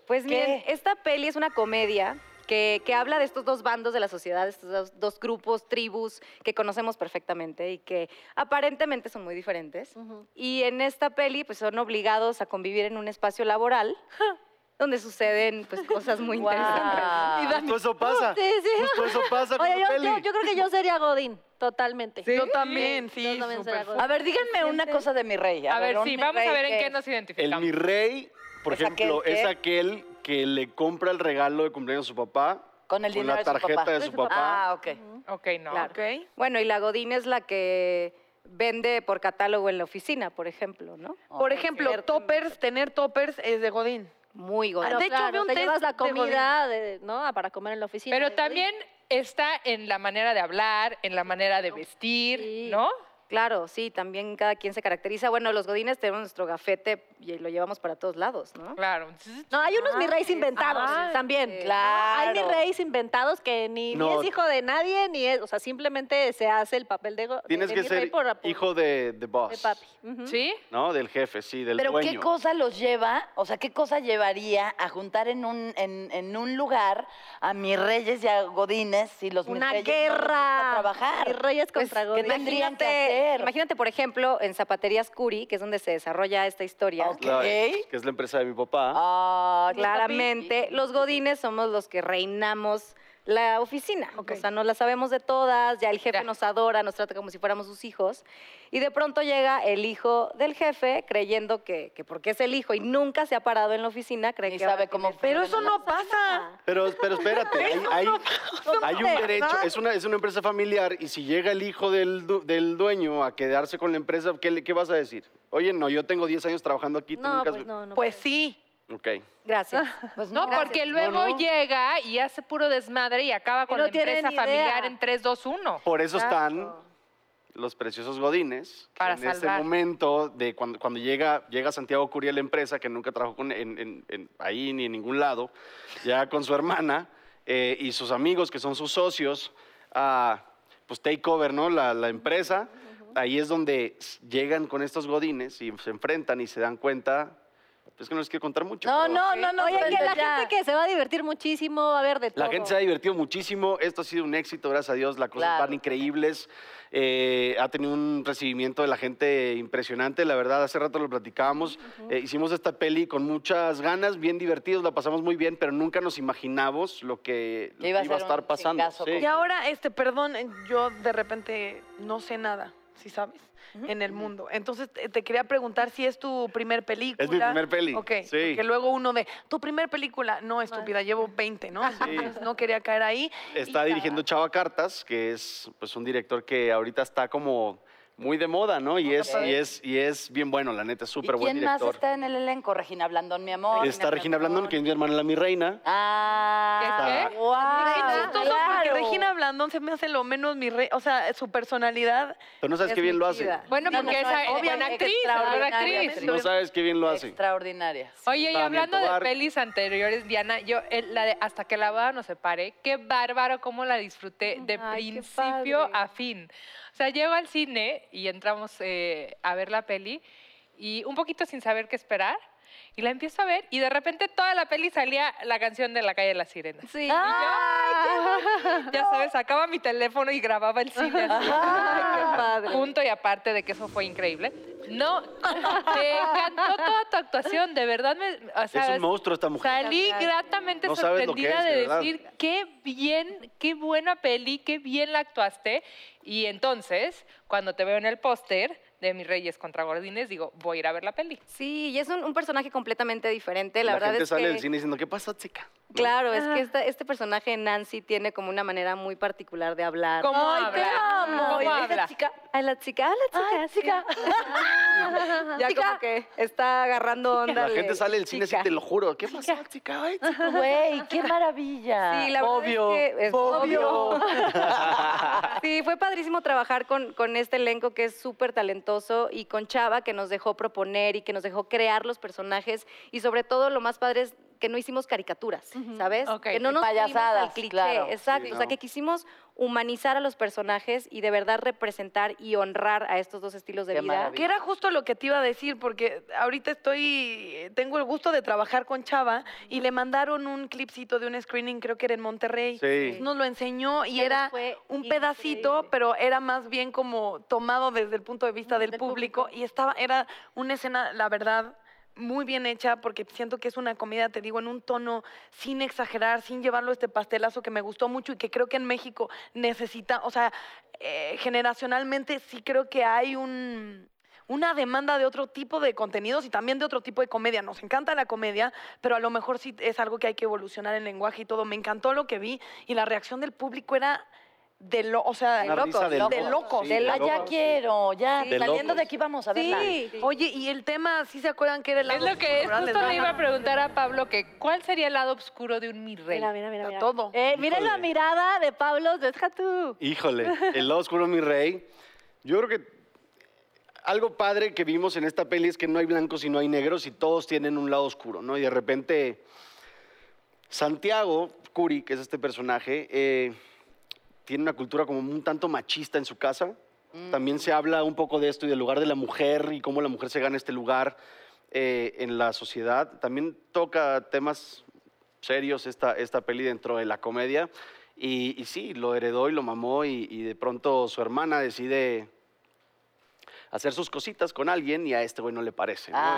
F: Pues miren,
B: ¿Qué?
F: esta peli es una comedia que, que habla de estos dos bandos de la sociedad, estos dos, dos grupos, tribus que conocemos perfectamente y que aparentemente son muy diferentes.
C: Ujú.
F: Y en esta peli pues son obligados a convivir en un espacio laboral donde suceden pues cosas muy
B: Guau.
F: interesantes.
E: Justo eso pasa.
C: Sí, sí.
E: Justo eso pasa con
C: Oye,
E: la
C: yo,
E: peli.
C: yo- yo creo que yo sería Godín, totalmente.
A: Yo también, sí.
C: Yo también
A: súper.
C: sería Godín.
B: A ver, díganme una cosa de mi rey.
D: A ver,
B: un mi
D: sí, vamos a
B: rey
D: ver en
B: que-
D: qué nos
E: El
D: identificamos.
E: mi rey, por
B: Es
E: ejemplo,
B: aquel que-
E: es aquel que le compra el regalo de cumpleaños a su papá.
B: Con el dinero
E: la
B: de su
E: tarjeta
B: papá.
E: de su papá.
B: Ah, ok.
D: Ok, no.
F: Claro.
A: Ok.
F: Bueno, y la Godín es la que vende por catálogo en la oficina, por ejemplo, ¿no?
A: Por ejemplo, toppers, tener toppers es de Godín.
F: Muy Godín.
C: Pero
A: de hecho,
C: claro,
A: vi un
C: te
A: test
C: llevas la
A: de Godín.
C: comida, de- ¿no? Para comer en la oficina. de
D: Pero
C: Godín.
D: también está en la manera de hablar, en la manera de
C: Sí.
D: vestir, ¿no?
F: Claro, sí, también cada quien se caracteriza. Bueno, los godines tenemos nuestro gafete y lo llevamos para todos lados, ¿no?
D: Claro.
C: No, hay unos mi reyes inventados también.
F: sí.
C: ¿no?
B: Claro.
C: Hay mi reyes inventados que ni, ni
E: No.
C: es hijo de nadie, ni es, o sea, simplemente se hace el papel de, go- de-
E: Tienes
C: de
E: que
C: mi rey
E: ser
C: por- por-
E: hijo de, de boss.
C: de papi. Ujú.
D: ¿Sí?
E: ¿No? Del jefe, sí, del
B: Pero
E: dueño.
B: ¿qué cosa los lleva? O sea, ¿qué cosa llevaría a juntar en un, en, en un lugar a mis reyes y a godines si los mis
C: Una
B: reyes no les gusta
C: guerra. Mis
B: trabajar?
C: reyes
F: Pues,
C: contra
B: ¿qué
C: Godín.
B: tendrían que hacer?
F: Imagínate, por ejemplo, en Zapaterías Curi, que es donde se desarrolla esta historia.
B: Ok.
E: La-
C: ¿eh?
E: que es la empresa de mi papá.
B: Ah,
F: Pues, Claramente, los godines somos los que reinamos la oficina.
A: Ok.
F: O sea, no la sabemos de todas, ya el jefe
D: Ya.
F: nos adora, nos trata como si fuéramos sus hijos. Y de pronto llega el hijo del jefe creyendo que, que porque es el hijo y nunca se ha parado en la oficina, cree
B: Ni
F: que
B: sabe
F: ahora
B: cómo
A: Pero
B: funciona
A: eso no pasa.
E: Pero, pero espérate, hay, hay- hay un derecho, es una, es una empresa familiar y si llega el hijo del, du- del dueño a quedarse con la empresa, ¿qué, le- qué vas a decir? Oye, no, yo tengo 10 años trabajando aquí, tú
C: No,
E: nunca has-
C: pues no, no.
A: Pues sí.
E: Ok.
F: Gracias. Pues
D: No,
F: gracias.
D: porque luego
E: no.
D: llega y hace puro desmadre y acaba con
C: no
D: la
C: tienen
D: empresa
C: idea.
D: familiar en 3, 2, 1.
E: Por eso están los preciosos godines. que
D: Para
E: en ese
D: salvar.
E: momento de cuando, cuando llega, llega Santiago Curia, la empresa, que nunca trabajó con- en- en- en- ahí ni en ningún lado, ya con su hermana eh, y sus amigos, que son sus socios, a pues take over, ¿no? La, la empresa. Ahí es donde s- llegan con estos godines y se enfrentan y se dan cuenta. Es que no les quiero contar mucho.
B: No,
E: pero
B: no, no, no.
C: Oye, que
B: pero
C: la
B: ya.
C: gente que se va a divertir muchísimo va a ver de todo.
E: La gente se ha divertido muchísimo, esto ha sido un éxito, gracias a Dios, las cosas
B: Claro.
E: van increíbles, eh, ha tenido un recibimiento de la gente impresionante, la verdad, hace rato lo platicábamos, eh, hicimos esta peli con muchas ganas, bien divertidos, la pasamos muy bien, pero nunca nos imaginamos lo que, lo
B: Que iba a
E: que iba a
B: ser un
E: estar pasando.
B: chingazo
E: sí.
B: como-
A: Y ahora, este, perdón, eh, yo de repente no sé nada, si sabes, en el mundo. Entonces te te quería preguntar si es tu primer película.
E: Es mi primer peli,
A: Ok,
E: sí.
A: porque luego uno de, tu primer película, no, estúpida, llevo 20, ¿no? Entonces, no quería caer ahí.
E: Está dirigiendo Chava Cartas, que es pues, un director que ahorita está como muy de moda, ¿no? Y es, y es, y es bien bueno, la neta, es
B: ¿Y
E: súper buen
B: quién más
E: director.
B: está en el elenco? Regina Blandón, mi amor.
E: Está Regina Blandón, que es mi hermana la mi reina.
B: Ah.
E: ¿Qué?
A: Qué
B: Guau,
A: chistoso,
B: claro.
A: porque Regina Blandón se me hace lo menos mi rey, o sea, su personalidad.
E: Pero no sabes
A: es
E: qué bien
A: muy
E: lo hace.
A: chida.
D: Bueno,
B: No, no,
D: porque
B: no,
D: esa es buena
B: obviamente,
D: actriz, es buena
B: extraordinaria,
D: actriz.
B: pero-
E: No sabes qué bien lo hace.
B: Extraordinaria.
D: Oye, y
E: Tania
D: hablando de
E: Tobar.
D: pelis anteriores, Diana, yo el- la de Hasta que la boda nos separe, qué bárbaro cómo la disfruté de
C: Ay, qué
D: principio
C: padre.
D: a fin. O sea, llego al cine y entramos eh, a ver la peli y un poquito sin saber qué esperar. Y la empiezo a ver y de repente toda la peli salía la canción de La calle de las sirenas.
F: Sí.
D: Y yo, ya sabes, sacaba mi teléfono y grababa el cine. así.
B: Ah,
D: Punto y aparte de que eso fue increíble. No, me encantó toda tu actuación, de verdad me, o sea,
E: Es un monstruo esta mujer.
D: Salí gratamente
E: No sabes lo que
D: sorprendida
E: es, de
D: de
E: verdad.
D: decir qué bien, qué buena peli, qué bien la actuaste. Y entonces, cuando te veo en el póster, de Mis Reyes contra Gordines, digo, voy a ir a ver la peli.
F: Sí, y es un, un personaje completamente diferente. La, verdad
E: gente
F: es
E: sale
F: que...
E: del cine diciendo, ¿qué pasa, chica? ¿No?
F: Claro, es que esta- este personaje Nancy tiene como una manera muy particular de hablar.
D: ¿Cómo
F: Ay,
D: habla?
F: te amo.
D: ¿Cómo
F: Y esa
D: habla?
F: chica, ay, la chica, ay, la chica, chica. ya como que está agarrando onda.
E: La
F: de
E: gente sale del cine así,
F: chica.
E: te lo juro. ¿Qué pasa, chica? Ay, chica.
B: Güey, qué maravilla.
F: Sí, la verdad es
B: obvio,
F: que es
B: obvio.
F: obvio. Sí, fue padrísimo trabajar con, con este elenco que es súper talentoso y con Chava que nos dejó proponer y que nos dejó crear los personajes y sobre todo lo más padre es que no hicimos caricaturas, ¿sabes?
D: Ok,
F: que no
D: sí,
F: nos fuimos
B: payasadas,
F: al cliché,
B: claro.
F: exacto,
E: Sí,
F: o sea
E: no.
F: que quisimos humanizar a los personajes y de verdad representar y honrar a estos dos estilos de
B: Qué
F: vida.
B: maravilla.
A: Que era justo lo que te iba a decir, porque ahorita estoy, tengo el gusto de trabajar con Chava y le mandaron un clipcito de un screening, creo que era en Monterrey.
E: Sí.
A: Nos lo enseñó y
F: Que
A: era
F: nos fue
A: un pedacito,
F: increíble.
A: pero era más bien como tomado desde el punto de vista del,
F: Del
A: público, y estaba, era una escena, la verdad, muy bien hecha, porque siento que es una comida, te digo, en un tono sin exagerar, sin llevarlo a este pastelazo que me gustó mucho y que creo que en México necesita, o sea, eh, generacionalmente sí creo que hay un una demanda de otro tipo de contenidos y también de otro tipo de comedia. Nos encanta la comedia, pero a lo mejor sí es algo que hay que evolucionar en lenguaje y todo. Me encantó lo que vi y la reacción del público era de lo, o sea,
E: Una risa de
A: de
E: locos,
A: locos.
E: sí, de
B: Ah, ya
E: locos, sí.
B: quiero, ya.
E: De
B: Saliendo
E: locos.
B: de aquí vamos a verla.
A: Sí. Oye, y el tema, ¿sí se acuerdan que era el
D: Es
A: lado
D: lo que es,
A: oscuro? Ahora les
D: justo
A: va-
D: le iba a preguntar a Pablo que cuál sería el lado oscuro de un mi rey.
C: Mira, mira, mira.
A: Está
C: mira.
A: todo.
C: Eh, miren la
E: Híjole.
C: mirada de Pablo, deja tú.
E: Híjole, el lado oscuro, mi rey. Yo creo que algo padre que vimos en esta peli es que no hay blancos y no hay negros y todos tienen un lado oscuro, ¿no? Y de repente, Santiago Curi, que es este personaje, eh, tiene una cultura como un tanto machista en su casa. También se habla un poco de esto y del lugar de la mujer y cómo la mujer se gana este lugar eh, en la sociedad. También toca temas serios esta, esta peli dentro de la comedia. Y, y sí, lo heredó y lo mamó y, y de pronto su hermana decide hacer sus cositas con alguien y a este güey no le parece. ¿no?
B: Ay,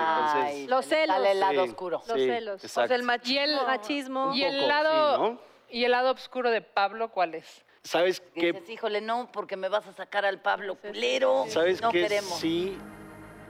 E: Entonces,
C: Los
B: sale
C: celos.
B: el lado
E: sí,
B: oscuro.
C: Los celos.
A: O sea, el
E: exacto.
D: Y
A: machismo.
D: el,
C: Machismo.
D: y
E: Un
D: el
E: poco,
D: lado
E: sí, ¿no?
D: y el lado oscuro de Pablo, ¿cuál es?
E: ¿Sabes
B: Que
E: qué
B: Dices, híjole, no, porque me vas a sacar al Pablo culero.
E: ¿Sabes
B: no
E: qué?
B: queremos.
E: Sí,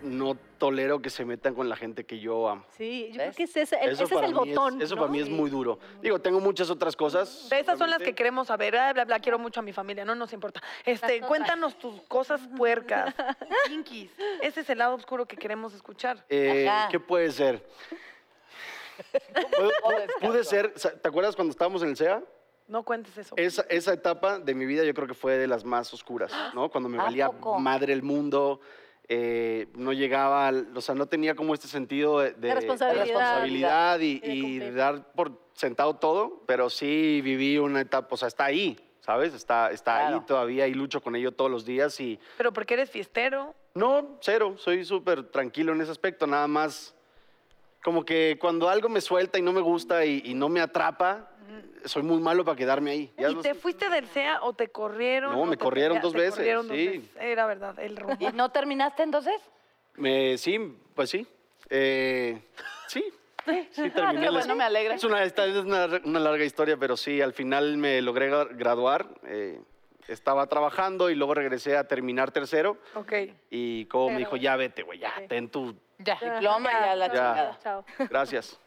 E: no tolero que se metan con la gente que yo amo.
C: Sí, yo creo
B: ¿Ves?
C: que ese, el- ese es
E: para
C: el
E: mí es-
C: botón.
E: eso
C: ¿no?
E: para mí es muy duro. Digo, tengo muchas otras cosas.
A: De esas son las que
E: obviamente.
A: queremos saber. Bla, bla, bla. Quiero mucho a mi familia, no nos importa. Este, cuéntanos tus cosas puercas, kinkies. Ese es el lado oscuro que queremos escuchar.
E: Eh,
B: Ajá.
E: ¿Qué puede ser? Puedo- pu- Pude ser, sa- ¿te acuerdas cuando estábamos en el CEA?
A: No cuentes eso.
E: Esa, esa etapa de mi vida yo creo que fue de las más oscuras, ¿no? Cuando me
B: ¿A
E: valía
B: poco?
E: madre el mundo, eh, no llegaba, al- o sea, no tenía como este sentido de, de- de
C: responsabilidad.
E: responsabilidad y,
C: Y de
E: y
C: cumplir.
E: dar por sentado todo, pero sí viví una etapa, o sea, está ahí, ¿sabes? Está, está ahí
B: Claro.
E: todavía y lucho con ello todos los días y...
A: Pero porque eres fiestero.
E: No, cero, soy súper tranquilo en ese aspecto, nada más como que cuando algo me suelta y no me gusta y, y no me atrapa, soy muy malo para quedarme ahí. Ya
A: ¿Y
E: no
A: te
E: sé.
A: fuiste del CEA o te corrieron?
E: No,
A: o
E: me
A: te
E: corrieron
A: perdía-
E: dos
A: te
E: veces,
A: corrieron dos
E: sí.
A: veces. Era verdad, el rumor.
B: ¿Y no terminaste entonces?
E: Me- sí, pues sí. Eh, sí. Sí, terminé. la-
B: qué bueno, me alegra.
E: Es una, esta es una- una larga historia, pero sí, al final me logré gra- graduar. eh, estaba trabajando y luego regresé a terminar tercero.
A: Ok.
E: Y como me dijo, ya vete, güey, ya, ten tu...
D: Ya.
B: Diploma y a la
E: Ya.
B: chingada.
C: Chao.
E: Gracias.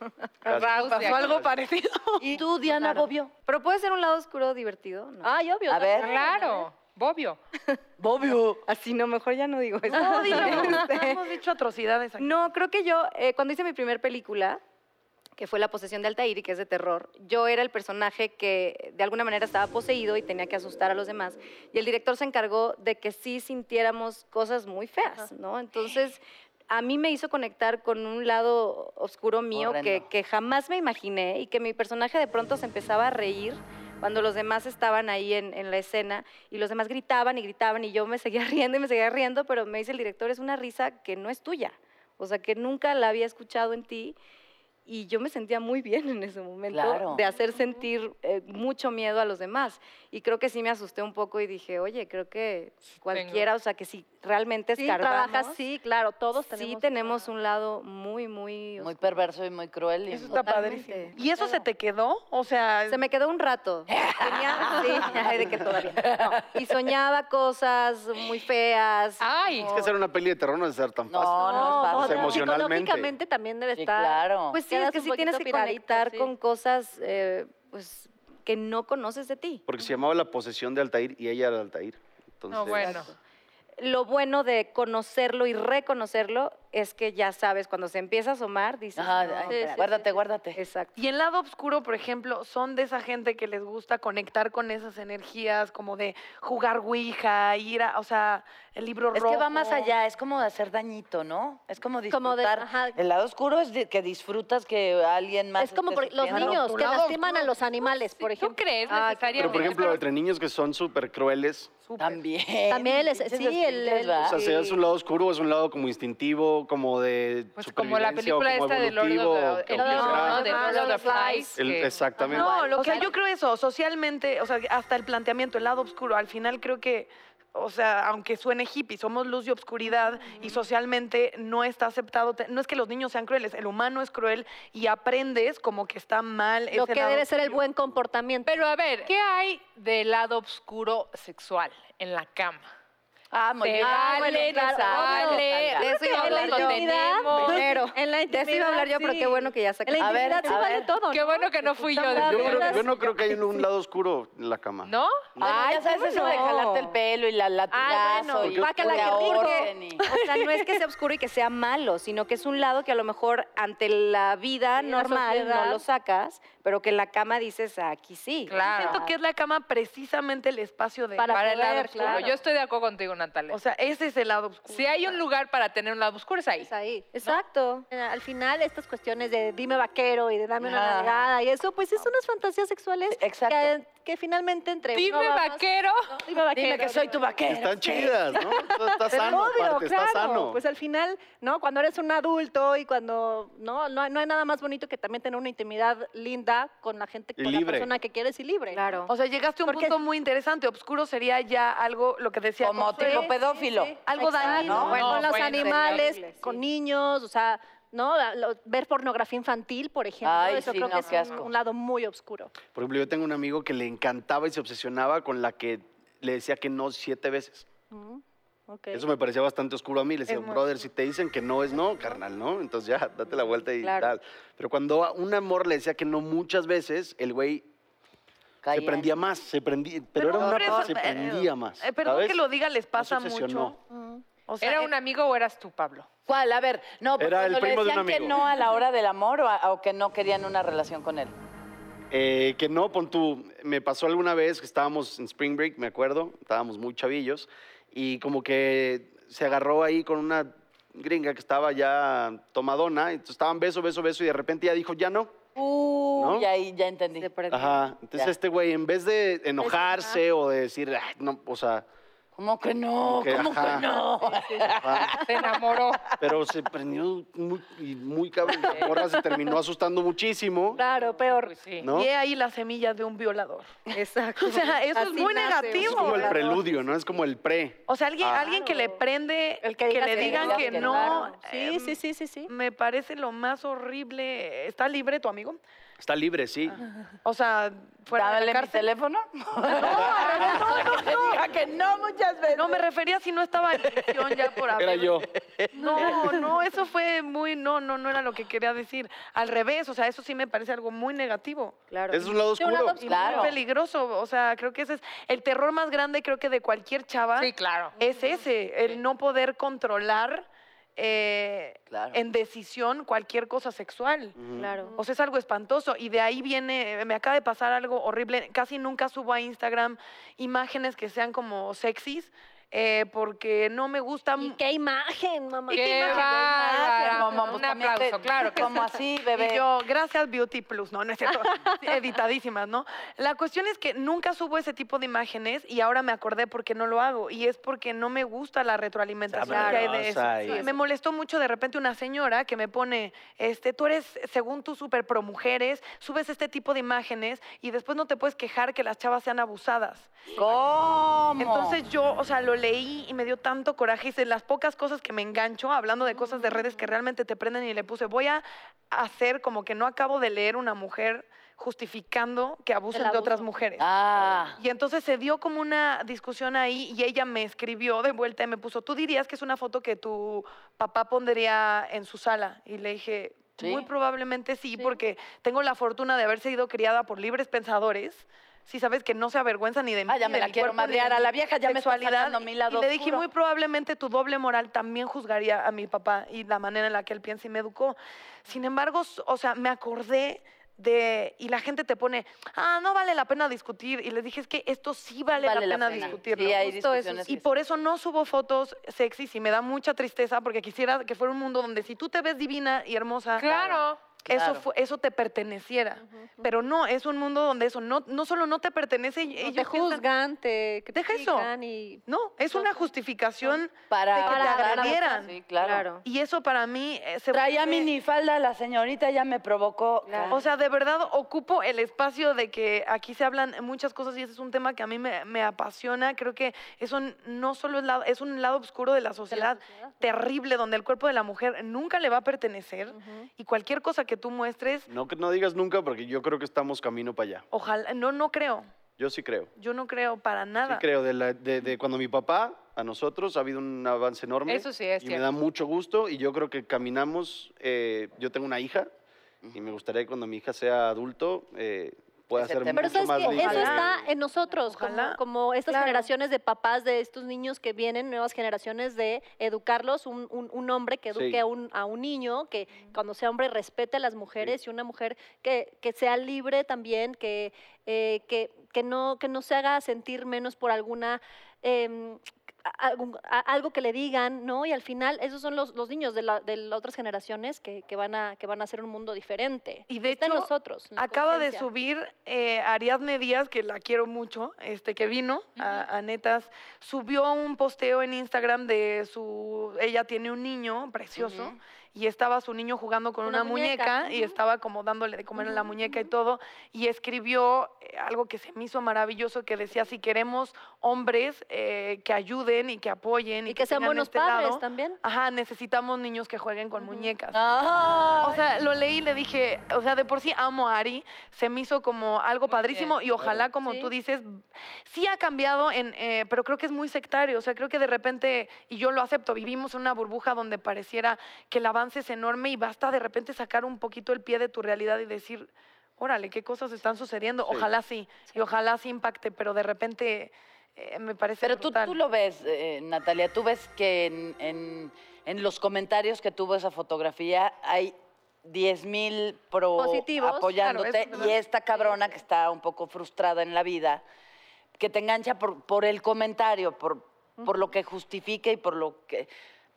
E: Gracias.
D: Raus de
A: Pasó
D: aquí.
A: algo parecido.
B: ¿Y tú, Diana Bobbio?
F: Pero puede ser un lado oscuro divertido, ¿no?
C: Ay, obvio.
B: A ver.
D: Claro, Bobio.
E: Pues
B: Bobbio.
F: Así no, mejor ya no digo eso.
A: No, dilo, hemos dicho atrocidades aquí.
F: No, creo que yo, eh, cuando hice mi primer película, que fue La posesión de Altair y que es de terror, yo era el personaje que de alguna manera estaba poseído y tenía que asustar a los demás. Y el director se encargó de que sí sintiéramos cosas muy feas, ¿no? Entonces, a mí me hizo conectar con un lado oscuro mío que,
B: Horrendo.
F: que jamás me imaginé y que mi personaje de pronto se empezaba a reír cuando los demás estaban ahí en, en la escena y los demás gritaban y gritaban y yo me seguía riendo y me seguía riendo, pero me dice el director, es una risa que no es tuya, o sea, que nunca la había escuchado en ti Y yo me sentía muy bien en ese momento
B: Claro.
F: de hacer sentir eh, mucho miedo a los demás. Y creo que sí me asusté un poco y dije, oye, creo que cualquiera, o sea, que si realmente
C: Sí,
F: escarbamos,
C: trabajas, sí, claro, todos tenemos.
F: sí tenemos un lado muy,
B: Muy
F: muy... oscuro.
B: perverso y muy cruel. y-
D: Eso está
F: Totalmente.
D: padrísimo. ¿Y eso se te quedó? O sea,
F: Se me quedó un rato. Tenía, sí, ay, de que todavía. no. Y soñaba cosas muy feas.
D: ay,
E: Es que hacer una peli de terror no es ser tan
B: No,
E: fácil.
B: no, es fácil.
E: no, no. Emocional. emocionalmente.
C: Psicológicamente también debe
B: Sí,
C: estar.
B: claro.
F: Pues sí,
C: Quedas
F: es que
C: un
F: sí tienes
C: poquito
F: que
C: piradito,
F: conectar
C: sí.
F: con cosas eh, pues, que no conoces de ti.
E: Porque se llamaba La posesión de Altair y ella era Altair. Entonces,
D: no, bueno.
F: Lo bueno de conocerlo y reconocerlo es que ya sabes, cuando se empieza a asomar, dices,
B: Ajá,
F: "No,
B: ay,
F: espérate".
B: guárdate, guárdate.
F: Exacto.
A: Y en lado oscuro, por ejemplo, son de esa gente que les gusta conectar con esas energías, como de jugar Ouija, ir a, o sea, el libro
B: Es
A: rojo.
B: que va más allá, es como de hacer dañito, ¿no? Es como disfrutar.
C: Como de- ajá.
B: El lado oscuro es de- que disfrutas que alguien más.
C: Es como
B: esté
C: por- los
B: sufriendo.
C: niños que
D: lado
C: lastiman a
D: oscuro.
C: los animales, por
D: ¿Tú
C: ejemplo.
D: crees
F: Ah,
E: Pero, por
D: necesariamente?
E: ejemplo, entre niños que son súper crueles,
B: También.
C: También les-
B: pinches
C: sí, el-
B: desquintes,
C: el-
E: o
B: ¿verdad?
E: sea, sea, es un lado oscuro, es un lado como instintivo, como de
D: Pues como la
E: supervivencia o
D: película
E: como
D: esta de Lord
E: evolutivo, o
D: of the,
E: que
D: el libro,
E: empieza-
D: ¿no? de
C: Ajá,
D: Lord of the Flies.
E: el-
D: que-
E: Exactamente.
A: No, lo
C: O
A: que
C: sea,
A: yo creo eso, socialmente, o sea, hasta el planteamiento, el lado oscuro, al final creo que, o sea, aunque suene hippie, somos luz y obscuridad y socialmente no está aceptado, te- no es que los niños sean crueles, el humano es cruel y aprendes como que está mal.
C: Lo
A: ese
C: que
A: lado
C: debe ser el
A: oscuro.
C: buen comportamiento.
D: Pero a ver, ¿qué hay del lado oscuro sexual en la cama?
B: Ah, muy
D: Se
B: bien.
D: vale,
C: bueno, claro,
D: se vale.
B: obvio.
F: De eso iba a
D: Todos
F: hablar
D: lo
F: yo.
D: tenemos.
F: Primero.
C: En la
F: De eso iba a hablar yo, pero qué bueno que ya
C: En la
F: sacaste.
B: A ver,
C: intimidad sí
B: a
C: vale
B: ver.
C: todo.
D: Qué bueno que no fui yo.
C: Están
E: Yo,
D: desde
E: creo-
D: luego.
E: yo no creo que haya un lado oscuro en la cama.
D: ¿No?
B: Ay, ya sabes eso de jalarte el pelo y la latigazo
C: Ah, bueno,
B: y
C: guácala,
B: que
C: qué
B: la
C: rico.
B: orden y-
F: Ah, O sea, no es que sea oscuro y que sea malo, sino que es un lado que a lo mejor ante la vida
C: Sí, la
F: normal no
C: sociedad.
F: lo sacas, pero que en la cama dices, aquí sí.
D: Claro.
A: Siento que es la cama precisamente el espacio de...
C: Para
D: Para el lado
C: poder,
D: oscuro.
C: claro.
D: Yo estoy de acuerdo contigo, Natalia.
A: O sea, ese es el lado oscuro.
D: si hay un lugar para tener un lado oscuro, es ahí.
C: Es ahí.
F: Exacto.
C: Eh, Al final, estas cuestiones de dime vaquero y de dame una
B: Ah.
C: nalgada y eso, pues es unas fantasías sexuales
B: Exacto.
C: que, que finalmente entre. uno
D: Dime
C: va más-
D: vaquero.
C: No, dime vaquero.
B: Dime que soy tu vaquero.
E: Están chidas, ¿no? Está, está
C: Pero
E: sano,
C: obvio,
E: aparte,
C: claro.
E: está sano.
C: Pues al final, ¿no? Cuando eres un adulto y cuando, ¿no? No, hay- no hay nada más bonito que también tener una intimidad linda con la gente,
E: Y
C: con la
E: libre.
C: persona que quieres y libre.
F: Claro.
A: O sea, llegaste a un
C: Porque-
A: punto muy interesante. Obscuro sería ya algo, lo que decía.
B: Como
A: Consuelo,
B: tipo pedófilo.
A: Algo
C: Exacto.
A: dañino.
B: ¿no?
C: Bueno,
D: No,
C: con los
D: bueno,
C: animales,
F: sería horrible,
C: con
F: sí.
C: niños, o sea, ¿no? La- lo- ver pornografía infantil, por ejemplo,
B: Ay,
C: eso
B: sí,
C: creo
B: no,
C: que es
B: qué
C: un-
B: asco.
C: un lado muy oscuro.
E: Por ejemplo, yo tengo un amigo que le encantaba y se obsesionaba con la que le decía que no siete veces.
C: Mm, ok.
E: Eso me parecía bastante oscuro a mí. Le decía,
A: Es muy
E: brother, si te dicen que no es no, carnal, ¿no? Entonces ya, date la vuelta y
F: Claro.
E: tal. Pero cuando a un amor le decía que no muchas veces, el güey se
B: Caía.
E: prendía más, se prendía, pero, era
A: por
E: una
A: eso,
E: se
A: eh,
E: prendía más.
A: eh, perdón
E: ¿sabes?
A: que lo diga, les pasa
E: se obsesionó.
A: mucho. O sea,
D: ¿Era
A: eh,
D: un amigo o eras tú, Pablo?
B: ¿Cuál? A ver, no, pero
E: Era el
B: cuando le
E: primo de un
B: decían que
E: amigo.
B: no a la hora del amor o, a- o que no querían una relación con él.
E: Eh, que no, pon tú, me pasó alguna vez que estábamos en Spring Break, me acuerdo, estábamos muy chavillos, y como que se agarró ahí con una gringa que estaba ya tomadona, y entonces estaban beso, beso, beso, y de repente ya dijo, ya no.
B: Uy,
E: ¿No?
B: ahí ya entendí.
F: Se prende.
E: Ajá, entonces
B: Ya.
E: este güey, en vez de enojarse o de decir, "Ah, no, o sea,
B: ¿Cómo que no?
E: Como que,
B: ¿Cómo
E: ajá.
B: que no?
E: ajá,
D: Se enamoró.
E: pero se prendió muy, y muy cabrón, y la morra se terminó asustando muchísimo,
C: Claro, peor.
D: Pues sí.
E: ¿no?
A: y he
E: Es
A: ahí las semillas de un violador.
F: Exacto.
A: O sea, eso es
F: Así
A: muy
F: nace un
A: negativo.
E: como el
F: violador.
E: preludio, ¿no? Es como el pre.
A: O sea, alguien,
E: Ah.
A: alguien que le prende,
F: El
A: que,
F: que diga
A: le
F: que
A: digan
B: no,
A: que
B: que
A: no.
B: claro.
A: eh,
C: Sí, sí, sí, sí, sí.
A: Me parece lo más horrible. ¿Está libre tu amigo?
E: Está libre, sí.
A: O sea, fuera de
B: Dale
A: la
B: mi
A: cárcel.
B: teléfono.
A: No, no,
B: Que diga que no muchas veces.
A: no, me refería si no estaba en prisión ya por haber.
E: Era yo.
A: No, no, eso fue muy, no, no, no era lo que quería decir. Al revés, o sea, eso sí me parece algo muy negativo.
F: Claro.
E: Es un lado
A: De un lado
E: oscuro.
A: y muy
B: Claro.
A: peligroso. O sea, creo que ese es el terror más grande, creo que de cualquier chava.
D: Sí, claro.
A: Es ese, el no poder controlar eh,
B: Claro.
A: en decisión cualquier cosa sexual.
E: Ujú.
F: Claro.
A: O sea, es algo espantoso y de ahí viene, me acaba de pasar algo horrible, casi nunca subo a Instagram imágenes que sean como sexys eh, porque no me gusta...
C: ¿Y qué imagen, mamá?
D: ¡Qué bárbara! Un aplauso, claro que
B: pues, Como
D: sí.
B: así, bebé.
A: Y yo, gracias Beauty Plus, no, no es cierto, Sí, editadísimas, ¿no? La cuestión es que nunca subo ese tipo de imágenes y ahora me acordé por qué no lo hago y es porque no me gusta la retroalimentación que hay de eso.
E: Sabrosa y-
A: Sí, Me molestó mucho de repente una señora que me pone, este, tú eres, según tú, súper pro mujeres, subes este tipo de imágenes y después no te puedes quejar que las chavas sean abusadas.
B: ¿Cómo?
A: Entonces yo, o sea, lo leí y me dio tanto coraje. Y de las pocas cosas que me engancho, hablando de cosas de redes que realmente te prenden y le puse, voy a hacer como que no acabo de leer una mujer justificando que abusen de
C: abuso.
A: otras mujeres.
B: Ah,
A: Y entonces se dio como una discusión ahí y ella me escribió de vuelta y me puso, tú dirías que es una foto que tu papá pondría en su sala. Y le dije,
B: ¿Sí?
A: muy probablemente sí, porque tengo la fortuna de haber sido criada por libres pensadores. Si sabes que no se avergüenza ni de mí.
B: Ah, ya me
A: de
B: la
A: mi
B: quiero
A: cuerpo, ni de
B: madrear. A
A: mi
B: la vieja ya me está
A: sexualidad.
B: sacando mi lado
A: Y le dije,
B: oscuro.
A: muy probablemente tu doble moral también juzgaría a mi papá y la manera en la que él piensa y me educó. Sin embargo, s- o sea, me acordé de. Y la gente te pone, ah, no vale la pena discutir. Y les dije, es que esto sí vale, la, pena, discutirlo.
B: Sí, hay
F: Justo eso
B: discusiones.
A: Y
B: que-
A: por eso no subo fotos sexys y me da mucha tristeza porque quisiera que fuera un mundo donde si tú te ves divina y hermosa,
D: Claro.
A: eso,
B: Claro.
A: fu- eso te perteneciera. Pero no, es un mundo donde eso no, no solo no te pertenece, y
C: No
A: ellos
C: te
A: piensan,
C: juzgan, te
A: Deja eso.
C: critican y...
A: No, es
C: No,
A: una
C: sí.
A: justificación
B: para,
A: de que te
C: para- para-
A: agredieran.
B: Sí, claro.
F: Claro.
A: Y eso para mí eh, se
B: Traía
A: vuelve-
B: minifalda, la señorita ya me provocó.
A: O sea, de verdad ocupo el espacio de que aquí se hablan muchas cosas y ese es un tema que a mí me, me apasiona. Creo que eso n- no solo es, la- es un lado oscuro de la sociedad terrible donde el cuerpo de la mujer nunca le va a pertenecer y cualquier cosa que tú muestres,
E: No, que no digas nunca porque yo creo que estamos camino para allá.
A: ojalá, no, no creo.
E: Yo sí creo.
A: Yo no creo para
E: Sí
A: nada.
E: creo. De, la- de- de cuando mi papá a nosotros ha habido un avance enorme.
D: Eso sí es
E: Y me
D: cierto.
E: da mucho gusto y yo creo que caminamos. eh, yo tengo una hija y me gustaría que cuando mi hija sea adulto eh, pueda
B: Ese
E: ser
B: tema.
C: Pero
E: mucho
C: sabes
E: más
C: que
E: libre.
C: eso está en nosotros,
A: Ojalá.
C: como, como estas
A: Claro.
C: generaciones de papás de estos niños que vienen, nuevas generaciones de educarlos, un, un- un hombre que eduque
E: Sí.
C: a, un, a un niño, que cuando sea hombre respete a las mujeres y una mujer que, que sea libre también, que, eh, que, que no, que no se haga sentir menos por alguna... em, a- algún- a- algo que le digan, ¿no? Y al final, esos son los, los niños de, la- de las otras generaciones que, que van a, que van a hacer un mundo diferente.
A: Y de
C: Está en
A: hecho,
C: nosotros. en la
A: Acaba de
C: conciencia.
A: subir eh, Ariadne Díaz, que la quiero mucho, este, que vino a, a Netas, subió un posteo en Instagram de su, ella tiene un niño precioso
B: Ujú.
A: y estaba su niño jugando con una,
C: Una
A: muñeca,
C: muñeca,
A: y
C: ujú.
A: estaba como dándole de comer en la
C: Ujú,
A: muñeca y
C: ujú.
A: todo y escribió eh, algo que se me hizo maravilloso que decía si queremos hombres eh, que ayuden y que apoyen y,
C: Y que sean
A: tengan
C: buenos
A: este
C: padres
A: lado,
C: también.
A: Ajá, necesitamos niños que jueguen con
C: Ujú.
A: muñecas.
B: Ah,
A: O sea, lo leí y le dije, o sea, de por sí amo a Ari, se me hizo como algo
D: Muy
A: padrísimo y ojalá, como
C: Sí.
A: tú dices, sí ha cambiado, en, eh, pero creo que es muy sectario, o sea, creo que de repente, y yo lo acepto, vivimos en una burbuja donde pareciera que el avance es enorme y basta de repente sacar un poquito el pie de tu realidad y decir, órale, qué cosas están sucediendo,
E: Sí.
A: ojalá sí, y ojalá sí impacte, pero de repente eh, me parece...
B: pero tú,
A: brutal.
B: tú lo ves, eh, Natalia, tú ves que en, en- en los comentarios que tuvo esa fotografía hay 10.000 mil pro
C: Positivos,
A: claro,
B: apoyándote
A: eso es verdad.
B: y esta cabrona que está un poco frustrada en la vida, que te engancha por, por el comentario, por, por lo que justifica y por lo que...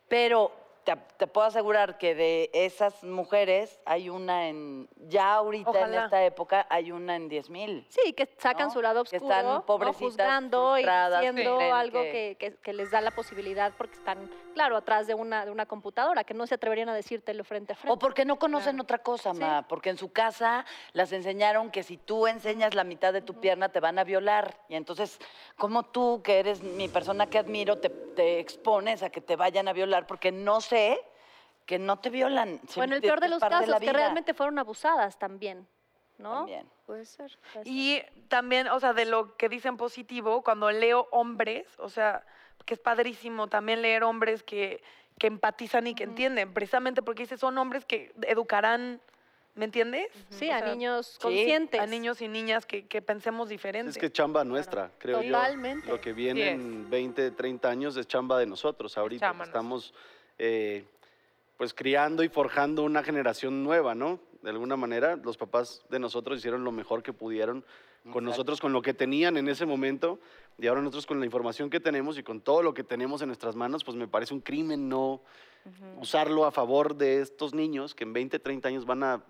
B: Pero te, te puedo asegurar que de esas mujeres hay una en... Ya ahorita en
A: Ojalá.
B: esta época hay una en 10.000 mil.
C: Sí, que sacan
B: ¿no?
C: su lado
B: Que
C: oscuro,
B: están
C: ¿no?
B: pobrecitas,
C: juzgando y
B: frustradas, que
C: diciendo
B: creen
C: algo
B: que-
C: que, que- que les da la posibilidad porque están, claro, atrás de una, de una computadora, que no se atreverían a decírtelo frente a frente.
B: O porque no conocen otra cosa,
C: Sí.
B: ma. Porque en su casa las enseñaron que si tú enseñas la mitad de tu pierna te van a violar. Y entonces, ¿cómo tú, que eres mi persona que admiro, te, te expones a que te vayan a violar? Porque no sé que no te violan. Sí,
C: bueno, el
B: te-
C: peor de
B: es
C: los
B: parte
C: casos,
B: la
C: que
B: vida.
C: realmente fueron abusadas también, ¿no?
B: También.
F: Puede ser.
A: Y también, o sea, de lo que dicen positivo, cuando leo hombres, o sea, que es padrísimo también leer hombres que, que empatizan y que entienden, precisamente porque dice, son hombres que educarán, ¿me entiendes?
C: sí,
A: O
C: a
A: sea,
C: niños conscientes.
A: A niños y niñas que, que pensemos diferente.
E: Es que es chamba nuestra, creo
C: Totalmente.
E: yo. Lo que viene
D: Sí
E: en 20, 30 años es chamba de nosotros ahorita.
D: chamba
E: que Estamos eh, pues criando y forjando una generación nueva, ¿no? De alguna manera, los papás de nosotros hicieron lo mejor que pudieron con nosotros, con lo que tenían en ese momento, y ahora nosotros con la información que tenemos y con todo lo que tenemos en nuestras manos, pues me parece un crimen no usarlo a favor de estos niños que en 20, 30 años van a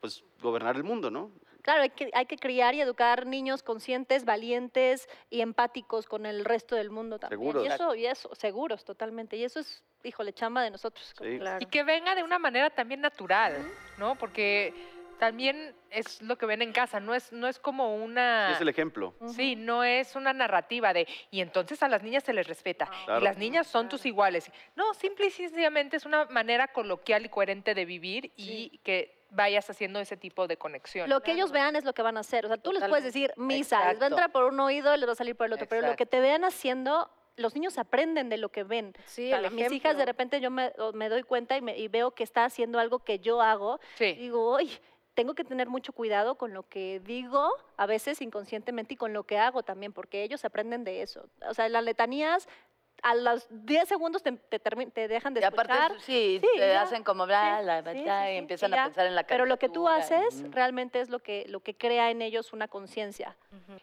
E: pues gobernar el mundo, ¿no?
C: Claro, hay que, hay que criar y educar niños conscientes, valientes y empáticos con el resto del mundo también.
E: Seguros.
C: Y eso, y eso, seguros totalmente. Y eso es, híjole, chamba de nosotros.
E: Sí.
F: Claro.
D: Y que venga de una manera también natural, ¿no? Porque también es lo que ven en casa, no es, no es como una...
E: Sí, es el ejemplo.
D: Sí, no es una narrativa de, y entonces a las niñas se les respeta,
E: Claro.
D: y las niñas son tus iguales. No, simple y sencillamente es una manera coloquial y coherente de vivir y que vayas haciendo ese tipo de conexión.
C: Lo que ellos vean es lo que van a hacer. O sea, tú les puedes decir misa, les va
B: Exacto.
C: a entrar por un oído y les va a salir por el otro, pero lo que
B: Exacto.
C: te vean haciendo, los niños aprenden de lo que ven.
F: Sí,
C: O sea, mis hijas de repente yo me, o me doy cuenta y, me- y veo que está haciendo algo que yo hago. y
D: Sí,
C: Digo, uy, tengo que tener mucho cuidado con lo que digo, a veces inconscientemente, y con lo que hago también, porque ellos aprenden de eso. O sea, las letanías a los 10 segundos te, te termi- te dejan de
B: Y aparte, pues,
C: escuchar.
B: sí,
C: Sí,
B: te
C: ya.
B: hacen como bla,
C: Sí,
B: bla,
C: sí,
B: bla,
C: sí,
B: bla,
C: sí,
B: y
C: sí,
B: empiezan
C: ya.
B: a pensar en la
C: Pero lo que tú
B: caricatura. mm.
C: haces
B: Ujú.
C: realmente es lo que, lo que crea en ellos una conciencia.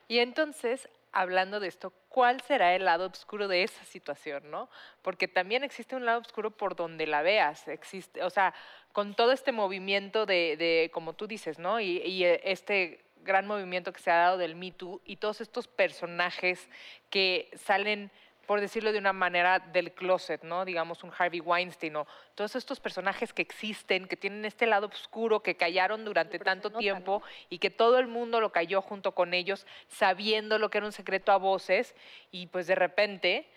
D: y entonces, hablando de esto, ¿cuál será el lado oscuro de esa situación, no? Porque también existe un lado oscuro por donde la veas, existe, o sea, con todo este movimiento de, de, como tú dices, ¿no? Y, y, eh, este gran movimiento que se ha dado del Me Too y todos estos personajes que salen, por decirlo de una manera, del closet, ¿no? Digamos un Harvey Weinstein o todos estos personajes que existen, que tienen este lado oscuro, que callaron durante
C: pero se
D: tanto
C: nota,
D: tiempo y que todo el mundo lo cayó junto con ellos, sabiendo lo que era un secreto a voces y pues de repente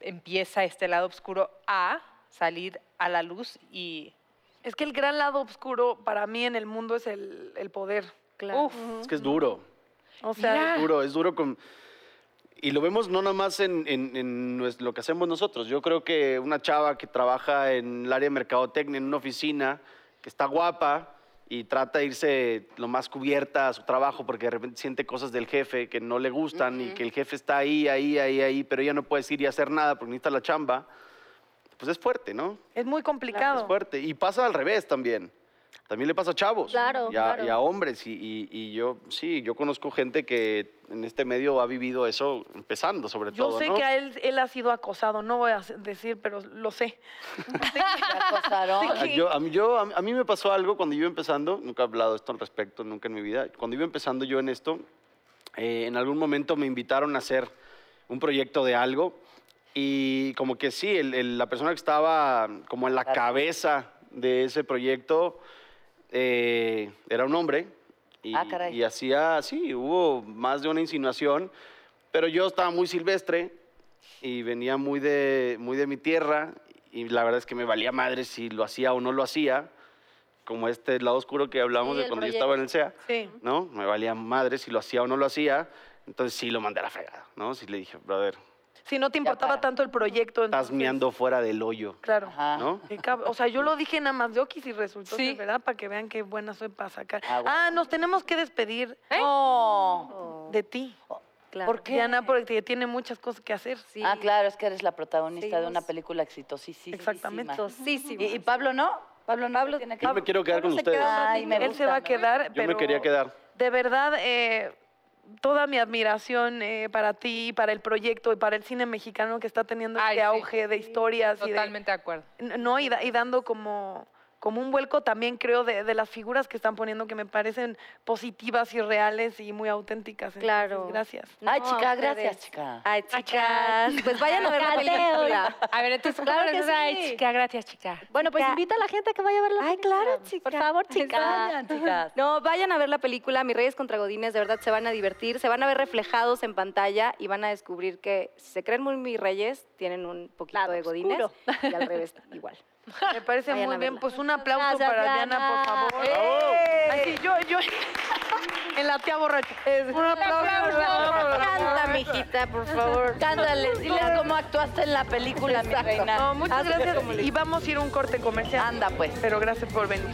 D: empieza este lado oscuro a salir a la luz y
A: Es que el gran lado oscuro para mí en el mundo es el, el poder.
F: Claro.
D: Uf,
E: Es que es duro.
A: O sea,
D: Mira.
E: Es duro, es duro con... Y lo vemos no nomás en, en- en nues- lo que hacemos nosotros. Yo creo que una chava que trabaja en el área de mercadotecnia, en una oficina, que está guapa y trata de irse lo más cubierta a su trabajo porque de repente siente cosas del jefe que no le gustan y que el jefe está ahí, ahí, ahí, ahí, pero ella no puede ir y hacer nada porque necesita la chamba, pues es fuerte, ¿no?
A: es muy complicado.
E: Es fuerte. Y pasa al revés también. También le pasa a chavos.
C: Claro,
E: Y a,
C: claro.
E: y a hombres. Y, y- y yo, sí, yo conozco gente que en este medio ha vivido eso empezando, sobre
A: Yo
E: todo.
A: sé
E: ¿no?
A: que a él, él ha sido acosado, no voy a decir, pero lo sé.
B: ¿Te acosaron?
E: Ah, yo- a, mí, yo- a mí- a mí me pasó algo cuando yo iba empezando, nunca he hablado esto al respecto, nunca en mi vida. Cuando iba empezando yo en esto, eh, en algún momento me invitaron a hacer un proyecto de algo y como que sí, el- el- la persona que estaba como en la cabeza de ese proyecto eh, era un hombre y,
B: Ah, caray.
E: y hacía, sí, hubo más de una insinuación, pero yo estaba muy silvestre y venía muy de, muy de mi tierra y la verdad es que me valía madre si lo hacía o no lo hacía, como este lado oscuro que hablábamos
C: Sí,
E: de
C: el
E: cuando yo estaba en el CEA.
A: Sí.
E: ¿no? Me valía madre si lo hacía o no lo hacía. Entonces sí lo mandé a la fregada, ¿no? Sí le dije, brother,
A: Si no te importaba
B: para.
A: tanto el proyecto,
E: estás
A: entonces-
E: meando fuera del hoyo,
A: Claro.
C: Ah,
B: Ajá.
E: ¿no?
A: Qué cab- O sea, yo lo dije nada más de Oquis y resultó
D: Sí.
A: de verdad para que vean qué buena soy para sacar.
B: Ah,
A: Ah,
B: bueno.
A: nos tenemos que despedir
C: ¿Eh?
B: No.
A: de ti.
B: Oh,
F: Claro.
A: Porque Diana porque tiene muchas cosas que hacer.
F: Sí.
B: Ah, claro, es que eres la protagonista de una
F: Seguimos.
B: película exitosísima.
A: Exactamente.
B: Y, y Pablo no. Pablo no Pablo tiene que
E: Yo me quiero quedar con
B: se
E: ustedes.
B: queda. Ay, me
A: Él se
B: gusta,
A: va a
B: me
A: quedar,
E: Yo
A: pero
E: me quería quedar.
A: de verdad eh, toda mi admiración eh, para ti, para el proyecto y para el cine mexicano que está teniendo
D: Ay,
A: este
D: sí.
A: auge de historias y de
D: totalmente de acuerdo.
A: N- No, y, da- y dando como, como un vuelco también, creo, de, de las figuras que están poniendo que me parecen positivas y reales y muy auténticas. Entonces,
F: Claro.
A: Gracias.
B: Ay,
F: No,
B: chica,
F: a ustedes.
B: gracias, chica.
F: Ay, chicas. Pues vayan a ver la película.
D: A ver, entonces,
F: Claro
D: claro
F: que sí.
D: chica, gracias, chica.
C: Bueno, pues invita a la gente a que vaya a ver la
F: Ay,
C: película.
F: claro, chica.
C: Por favor,
F: Ay,
C: chicas.
B: Vayan, chicas.
F: No, vayan a ver la película Mis Reyes contra Godines, de verdad se van a divertir, se van a ver reflejados en pantalla y van a descubrir que si se creen muy Mis Reyes, tienen un poquito
C: Lado
F: de Godines
C: oscuro.
F: y al revés igual.
A: Me parece
F: Vayan
A: muy
F: a
A: bien.
F: verla. ¡Eh!
A: Pues un aplauso
C: Gracias,
A: para
C: Diana.
A: Diana, por favor. Así, yo, yo. en la tía borracha. Un aplauso.
F: Canta, mijita, por favor.
B: Cántales, diles cómo actuaste en la película, mi reina.
A: No, muchas
B: Hazlo
A: gracias.
B: como
A: Y vamos a ir a un corte comercial.
B: Anda, pues.
A: Pero gracias por venir.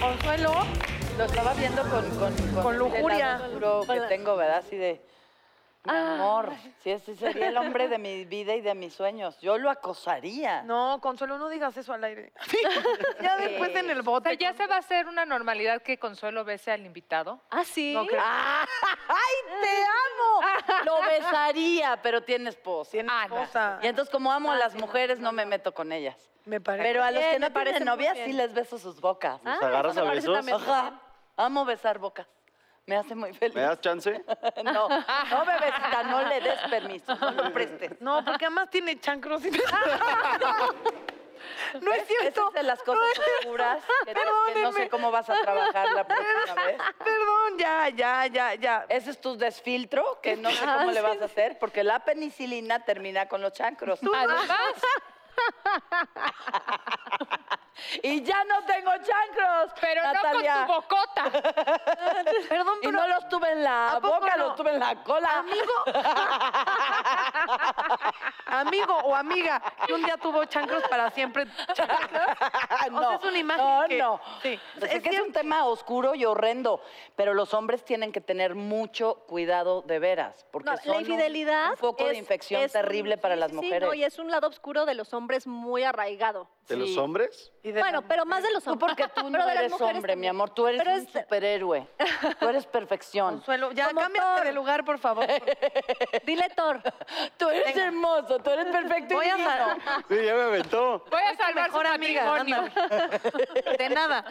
D: Consuelo.
B: Lo estaba viendo con, con,
D: Con lujuria.
B: el lado oscuro que tengo, ¿verdad? Así de. Mi amor, si este sería el hombre de mi vida y de mis sueños, yo lo acosaría.
A: No, Consuelo, no digas eso al aire. ya después en el
D: O sea,
A: bote.
D: ya se va a hacer una normalidad que Consuelo bese al invitado.
C: Ah, sí.
D: No creo.
B: ¡Ah! ¡Ay, te amo! Lo besaría, pero tiene esposo.
A: Tiene
D: Ah, no.
A: esposa.
B: Y entonces, como amo a las mujeres, no me meto con ellas.
A: Me parece.
B: Pero a los que
C: Bien,
B: no
C: me parece
B: tienen
C: muy
B: novias,
C: bien.
B: sí les beso sus bocas.
C: Ah,
E: agarras
C: eso me
E: a
C: parece
E: besos?
C: también muy bien.
B: Ajá. Amo besar bocas. Me hace muy feliz.
E: ¿Me das chance?
B: No, no, bebecita, no le des permiso, no lo prestes.
A: No, porque además tiene chancros. y- no es
B: Esa
A: cierto.
B: es de las cosas seguras que, que no sé
A: Perdónenme.
B: cómo vas a trabajar la próxima vez.
A: Perdón, ya, ya, ya, ya. Ah,
B: Ese es tu desfiltro, que no sé cómo le vas a hacer, porque la penicilina termina con los chancros.
D: Además,
B: Y ya no tengo chancros,
D: pero
B: Natalia.
D: no con tu bocota.
A: Perdón,
B: Y
A: pero
B: no los tuve en
A: ¿A
B: la
A: poco
B: boca,
A: no?
B: los tuve en la cola.
A: amigo o amiga que un día tuvo chancros para siempre.
B: Ah, no,
A: O sea, es una imagen
B: no,
A: que-
B: no.
A: sí.
B: Sé
A: Es
B: que es un tema oscuro y horrendo, pero los hombres tienen que tener mucho cuidado de veras, porque
C: No,
B: son
C: la
B: un-
C: infidelidad
B: un, poco de
C: es-
B: infección
C: es un-
B: terrible para
C: sí,
B: las
C: sí,
B: mujeres.
C: Sí, no, y es un lado oscuro de los hombres muy arraigado.
E: ¿De los
B: Sí.
E: hombres?
A: Y de-
C: Bueno, pero más de los
B: Tú
C: hombres.
B: porque tú
C: Pero
B: no
C: de las
B: eres
C: mujeres
B: hombre, mi
C: también.
B: amor, tú eres
C: Pero
B: un
C: es-
B: superhéroe. Tú eres perfección.
A: Consuelo, ya
C: Como
A: cámbiate
C: Thor.
A: de lugar, por favor.
C: Dile Thor.
B: Tú eres hermoso, tú eres perfecto.
A: Voy
B: y
A: a
B: divino.
A: sal-
E: Sí, ya me aventó.
D: Voy a salvar su
A: mejor amiga,
D: matrimonio.
A: De nada.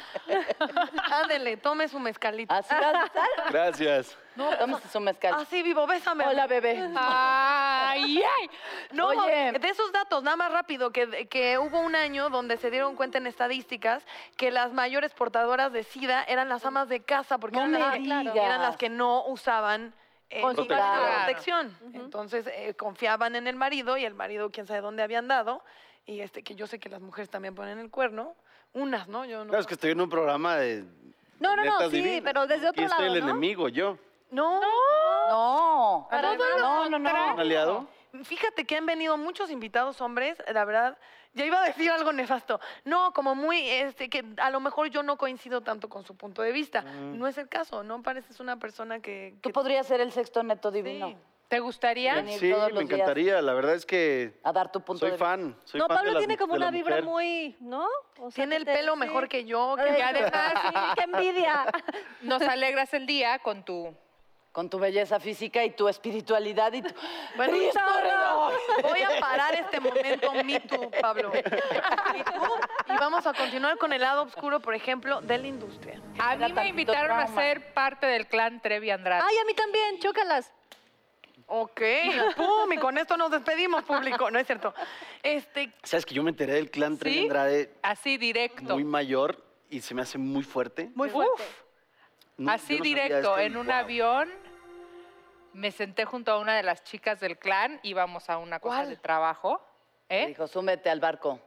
A: Ándele, tome su mezcalito.
B: Así vas a estar.
E: Gracias.
B: Tómate su mezcal.
A: Así vivo, bésame.
B: Hola, bebé.
D: Ah. Ay, ay.
A: No,
B: Oye.
A: de esos datos, nada más rápido, que, que hubo un año donde se dieron cuenta en estadísticas que las mayores portadoras de SIDA eran las amas de casa, porque
B: No
A: eran,
B: me
A: las,
B: digas.
A: eran las que no usaban eh,
B: Con su
A: ninguna
B: cara.
A: protección. Entonces eh, confiaban en el marido y el marido quién sabe dónde habían dado. Y este, que yo sé que las mujeres también ponen el cuerno. Unas, ¿no? Yo no.
E: Claro, es que estoy en un programa de.
C: No, no, no,
E: netas
C: sí,
E: divinas.
C: pero desde otro
E: Aquí estoy
C: lado,
E: el
C: ¿no?
E: enemigo, yo.
A: No.
B: No.
D: Todo lo
B: No, no,
E: ¿Un
B: no.
D: contrario.
E: aliado?
A: Fíjate que han venido muchos invitados hombres, la verdad. Ya iba a decir algo nefasto. No, como muy, este, que a lo mejor yo no coincido tanto con su punto de vista. No es el caso, ¿no? Pareces una persona que...
B: Tú
A: que-
B: podrías ser el sexto neto divino.
A: Sí.
D: ¿Te gustaría?
B: Venir
E: Sí,
B: todos
E: me
B: los días.
E: encantaría. La verdad es que
B: A dar tu punto
E: soy
B: de
E: fan. Soy
C: no,
E: fan de
C: Pablo
E: las-
C: tiene como
E: de la
C: una vibra
E: mujer.
C: muy, ¿no? O sea,
A: Tiene
C: que
A: el
C: te-
A: pelo
C: sí.
A: mejor que yo.
C: Ay,
A: Que
D: además-
C: sí, qué envidia.
D: Nos alegras el día con tu...
B: Con tu belleza física y tu espiritualidad y tu...
A: Bueno,
B: ¡Cristo
A: no,
B: Redentor!
A: voy a parar este momento Me Too, Pablo. Me Too, Y vamos a continuar con el lado oscuro, por ejemplo, de la industria.
D: A mí me
B: tantito
D: invitaron a
B: trauma.
D: ser parte del clan Trevi Andrade.
C: Ay, a mí también, chócalas.
A: Ok, pum, y con esto nos despedimos, público. No es cierto. Este,
E: ¿Sabes que yo me enteré del clan Trevi
D: ¿Sí?
E: Andrade
D: Así directo.
E: muy mayor y se me hace muy fuerte?
C: Muy fuerte.
E: No,
D: Así
E: yo no sabía
D: directo,
E: esto y
D: en un
E: guau.
D: avión. Me senté junto a una de las chicas del clan, íbamos a una cosa
A: ¿Cuál?
D: de trabajo, ¿eh?
B: Dijo, súmete al barco.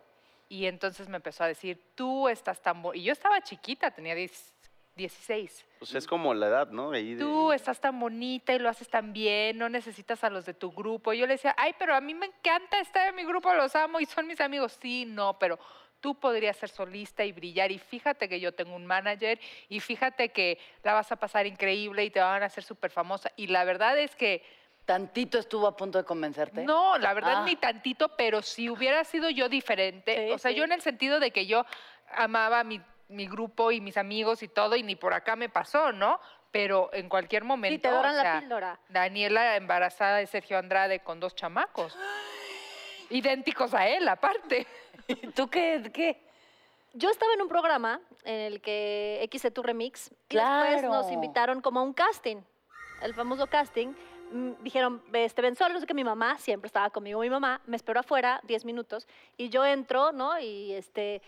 D: Y entonces me empezó a decir, tú estás tan bonita. Y yo estaba chiquita, tenía 10 16.
E: Pues es como la edad, ¿no? Ahí de-
D: Tú estás tan bonita y lo haces tan bien, no necesitas a los de tu grupo. Y yo le decía, ay, pero a mí me encanta estar en mi grupo, los amo y son mis amigos. Sí, no, pero tú podrías ser solista y brillar. Y fíjate que yo tengo un manager y fíjate que la vas a pasar increíble y te van a hacer súper famosa. Y la verdad es que...
B: ¿Tantito estuvo a punto de convencerte?
D: No, la verdad
B: Ah.
D: ni tantito, pero si hubiera sido yo diferente,
C: Sí,
D: o sea,
C: sí.
D: yo en el sentido de que yo amaba mi, mi grupo y mis amigos y todo, y ni por acá me pasó, ¿no? Pero en cualquier momento.
C: Sí, te doran
D: o
C: la
D: sea,
C: píldora.
D: Daniela embarazada de Sergio Andrade con dos chamacos. Idénticos a él, aparte.
B: ¿Y tú qué? qué?
C: Yo estaba en un programa en el que X tu remix y después nos
B: Claro.
C: invitaron como a un casting, el famoso casting. Mm, Dijeron, este, ven solo, no sé que mi mamá siempre estaba conmigo, mi mamá me esperó afuera 10 minutos y yo entro, ¿no? Y este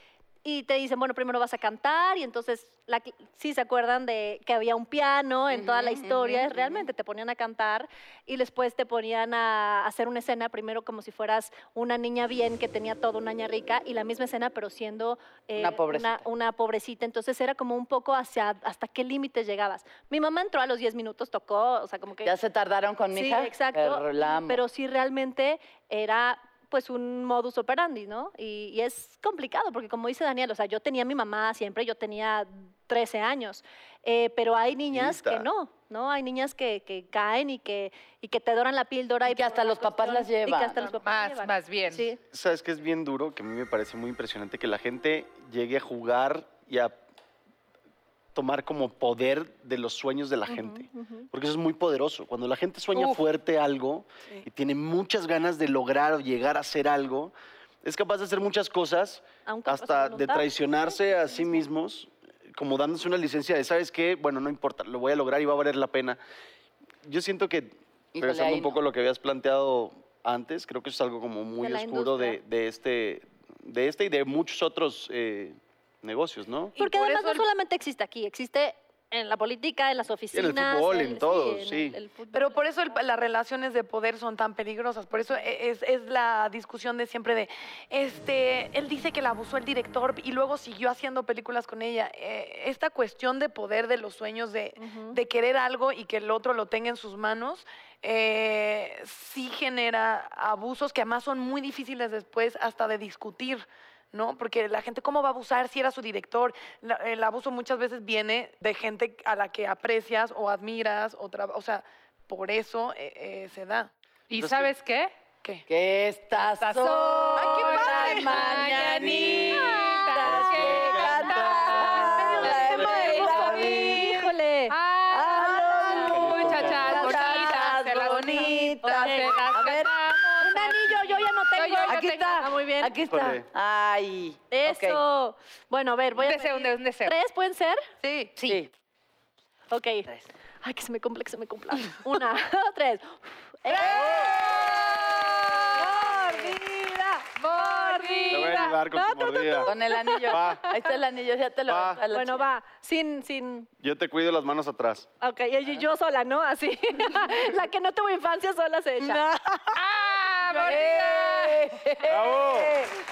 C: y te dicen, bueno, primero vas a cantar y entonces la, cl- sí se acuerdan de que había un piano en toda la
B: Ujú,
C: historia,
B: ujú,
C: realmente te ponían a cantar y después te ponían a hacer una escena, primero como si fueras una niña bien que tenía todo, una niña rica, y la misma escena, pero siendo eh,
B: Una pobrecita.
C: Una, una pobrecita. Entonces era como un poco hacia hasta qué límites llegabas. Mi mamá entró a los 10 minutos, tocó, o sea, como que...
B: ¿Ya se tardaron con mi
C: sí,
B: hija?
C: exacto.
B: Pero la amo.
C: Pero sí realmente era pues un modus operandi, ¿no? Y, y es complicado, porque como dice Daniel, o sea, yo tenía a mi mamá siempre, yo tenía 13 años. Eh, pero hay niñas
E: Hijita.
C: que no, ¿no? Hay niñas que, que caen y que, y que te doran la píldora.
B: Y que
C: por
B: hasta
C: una
B: los papás las
C: cuestión- Y
B: llevan.
C: que hasta los papás
D: Más,
C: las llevan.
D: más bien.
C: Sí.
E: ¿Sabes que es bien duro? Que a mí me parece muy impresionante que la gente llegue a jugar y a tomar como poder de los sueños de la gente. Porque eso es muy poderoso. Cuando la gente sueña
D: Uf.
E: fuerte algo y tiene muchas ganas de lograr o llegar a hacer algo, es capaz de hacer muchas cosas,
C: Aunque pasa
E: hasta de
C: voluntad.
E: traicionarse a sí mismos, como dándose una licencia de, ¿sabes qué? Bueno, no importa, lo voy a lograr y va a valer la pena. Yo siento que,
B: Híjole,
E: regresando
B: ahí
E: un poco a lo que habías planteado antes, creo que eso es algo como muy
C: De la
E: oscuro de,
C: industria.
E: de este, de este y de muchos otros eh, negocios, ¿no?
D: Y
C: Porque
D: por
C: además
D: eso el-
C: no solamente existe aquí, existe en la política, en las oficinas.
E: fútbol, en todo,
C: el-
E: sí.
C: el fútbol.
A: Pero por eso el- las relaciones de poder son tan peligrosas. Por eso e- es, es la discusión de siempre de, este, él dice que la abusó el director y luego siguió haciendo películas con ella. Eh, esta cuestión de poder de los sueños, de,
C: Ujú.
A: de querer algo y que el otro lo tenga en sus manos, eh, sí genera abusos que además son muy difíciles después hasta de discutir. ¿No? Porque la gente, ¿cómo va a abusar si era su director? La- el abuso muchas veces viene de gente a la que aprecias o admiras, o, traba- o sea, por eso eh, eh, se da.
D: ¿Y
E: Entonces,
D: sabes qué?
A: ¿Qué?
B: Que estas
D: Estas
B: son
D: son
B: las
D: las
B: mañanitas
D: mañanitas
B: que
D: que
B: cantaba
D: cantaba
B: la
D: la
B: abuela
D: abuela
B: Mía.
C: Híjole.
D: Ah,
B: Ah,
D: muchachas
B: muchachas
D: bonitas, de las
B: bonitas.
D: bonitas,
B: Ok,
D: de Ah, las
B: a ver.
D: cantamos.
C: Un anillo, ah, yo ya no
D: Yo,
C: tengo.
D: yo, yo
B: Aquí
D: tengo.
B: está.
D: Ah, muy bien.
B: Aquí está.
E: Híjole.
B: Ay. ok.
C: Eso. Bueno, a ver, voy
D: Un
C: a.
D: deseo,
C: pedir-
D: un deseo.
C: ¿Tres pueden ser?
D: Sí.
B: Sí.
C: Ok.
B: Tres.
C: Ay, que se me cumpla, que se me cumpla. Una, tres. ¡Eh!
D: ¡Mordida!
E: Te voy a
D: ¡Mordida!
E: ayudar con tu mordida.
B: Con el anillo.
E: Va.
B: Ahí está el anillo, ya te lo
E: Va.
B: aventó a la
C: Bueno,
B: chica.
C: va. Sin, sin.
E: Yo te cuido las manos atrás.
C: Ok, y- y yo sola, ¿no? Así. la que no tuvo infancia sola se echa.
D: ¡Ah, mordida!
B: ¡Eh!
E: ¡Bravo!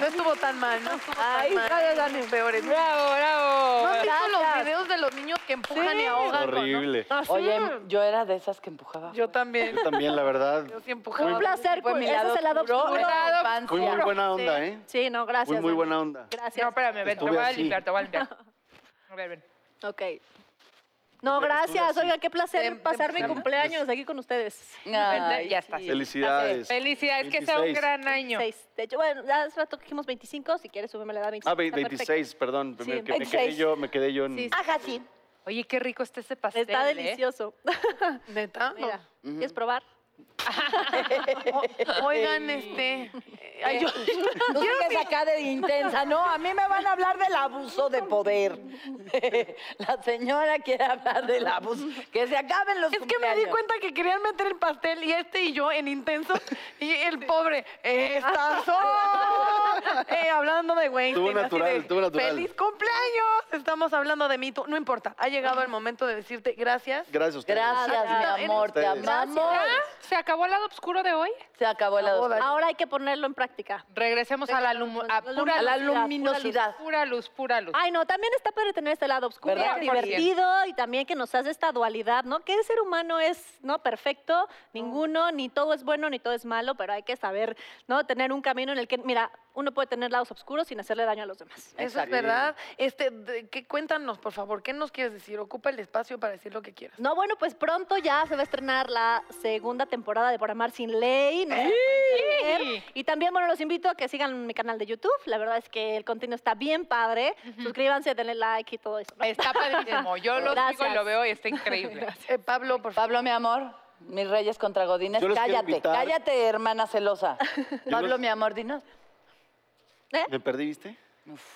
A: No estuvo tan mal, ¿no? estuvo tan
C: Ay,
A: mal.
C: gracias, Dani.
A: Peores. ¿No
D: ¡Bravo,
A: han
D: bravo!
A: visto los
C: Gracias.
A: videos de los niños que empujan y
C: Sí.
A: ahogan? con-
E: Horrible.
C: Así.
B: Oye, yo era de esas que empujaba.
A: Yo también.
E: Yo también, la verdad.
A: Yo sí empujaba.
C: un placer.
B: Fue
C: Ese
B: mi
C: es el lado
B: oscuro,
C: oscuro.
B: era
D: Lado
E: Muy, muy
B: infancia.
E: buena onda, ¿eh?
C: Sí, no, gracias.
E: Muy, muy
C: Dani.
E: buena onda.
C: Gracias.
D: No, espérame, ven, te
E: Estuve
D: voy a
E: así.
D: limpiar, te voy a limpiar. A ver, ven.
C: Ok. No, gracias. Oigan, qué placer
B: Em-
C: pasar mi
B: empujando.
C: cumpleaños aquí con ustedes.
B: Ay,
D: Ya está.
B: sí.
E: Felicidades.
D: Felicidades, que sea un
E: 26.
D: gran año.
C: Seis. De hecho, bueno, ya hace rato que dijimos 25. Si quieres, súbeme la edad 25.
E: Ah, ve-
C: está perfecto.
E: 26, perdón.
C: Sí,
E: me, que me quedé
B: 26.
E: yo, me quedé yo en...
C: Sí,
B: Ajá, sí.
D: Oye, qué rico está ese pastel.
C: Está
D: ¿eh?
C: delicioso.
A: ¿Neta? No.
C: Mira, ¿quieres probar?
A: Oigan, este... eh, ay, yo-
B: Tú sigues acá de intensa. No, a mí me van a hablar del abuso de poder. La señora quiere hablar del abuso. Que se acaben los
A: Es que me di
B: cumpleaños.
A: cuenta que querían meter el pastel y este y yo en intenso y el pobre está sola. Eh, hablando de güey.
E: Tuvo natural, tuvo natural.
A: Feliz cumpleaños. Estamos hablando de mí. tú- No importa. Ha llegado el momento de decirte gracias.
E: Gracias a ustedes.
B: Gracias, mi amor, te
E: Ustedes.
B: amamos.
D: Ah, ¿Se acabó el lado oscuro de hoy?
B: Se acabó la
A: boda.
C: Ahora hay que ponerlo en práctica.
D: Regresemos Pues a la, lum- a pura
B: A la
D: luz,
B: luminosidad.
D: pura luz, pura luz.
C: Ay, no, también está padre tener este lado oscuro,
B: ¿Verdad?
C: divertido y también que nos hace esta dualidad, ¿no? Que el ser humano es no perfecto, ninguno, ni todo es bueno, ni todo es malo, pero hay que saber, ¿no? Tener un camino en el que, mira, uno puede tener lados oscuros sin hacerle daño a los demás.
A: Eso es
B: Exacto.
A: verdad. Este, de- ¿qué, cuéntanos, por favor, ¿qué nos quieres decir? Ocupa el espacio para decir lo que quieras.
C: No, bueno, pues pronto ya se va a estrenar la segunda temporada de Por Amar Sin Ley. ¿no?
D: ¡Sí!
C: Y también, bueno, los invito a que sigan mi canal de YouTube. La verdad es que el contenido está bien padre. Suscríbanse, denle like y todo eso.
D: Está padrísimo. Yo lo sigo y
C: Gracias.
D: lo veo y está increíble.
A: Eh, Pablo, por favor.
B: Pablo, mi amor, mis reyes contra Godines,
E: Yo los quiero
B: cállate,
E: invitar.
B: cállate, hermana celosa. Pablo,
E: los-
B: mi amor, dinos.
E: ¿Me perdí, viste?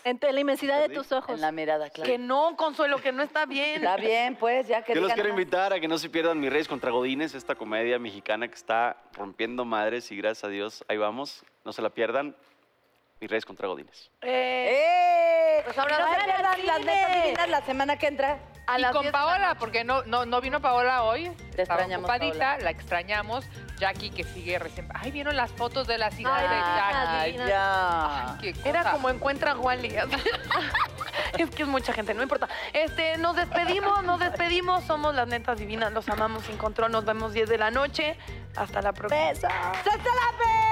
C: Entre la inmensidad de
E: Perdí.
C: tus ojos.
B: En la mirada, claro.
A: Que no, Consuelo, que no está bien.
B: Está bien, pues, ya que
E: Yo los
B: digan
E: quiero
B: más.
E: invitar a que no se pierdan Mis Reyes contra Godines, esta comedia mexicana que está rompiendo madres y gracias a Dios ahí vamos. No se la pierdan. Mis Reyes contra Godines.
A: Eh,
B: ¡Eh!
A: Pues ahora
B: no
A: vayan
B: se
A: al
B: pierdan las
A: cine.
B: netas divinas la semana que entra.
A: a
D: y
A: las
D: con
A: 10 de la
D: Paola,
A: noche.
D: porque no, no, no vino Paola hoy.
B: Te
D: estaba
B: extrañamos,
D: ocupadita,
B: Paola.
D: la extrañamos. Jackie que sigue recién. Ay, vieron las fotos de las hijas de Jackie.
B: Ay,
C: divina.
B: ya.
D: Ay, qué cosa.
A: Era como encuentra a Wally. es que es mucha gente, no importa. Este, nos despedimos, nos despedimos. Somos las netas divinas, los amamos sin control. Nos vemos 10 de la noche. Hasta la próxima.
C: Besos.
B: ¡Sácala, pe!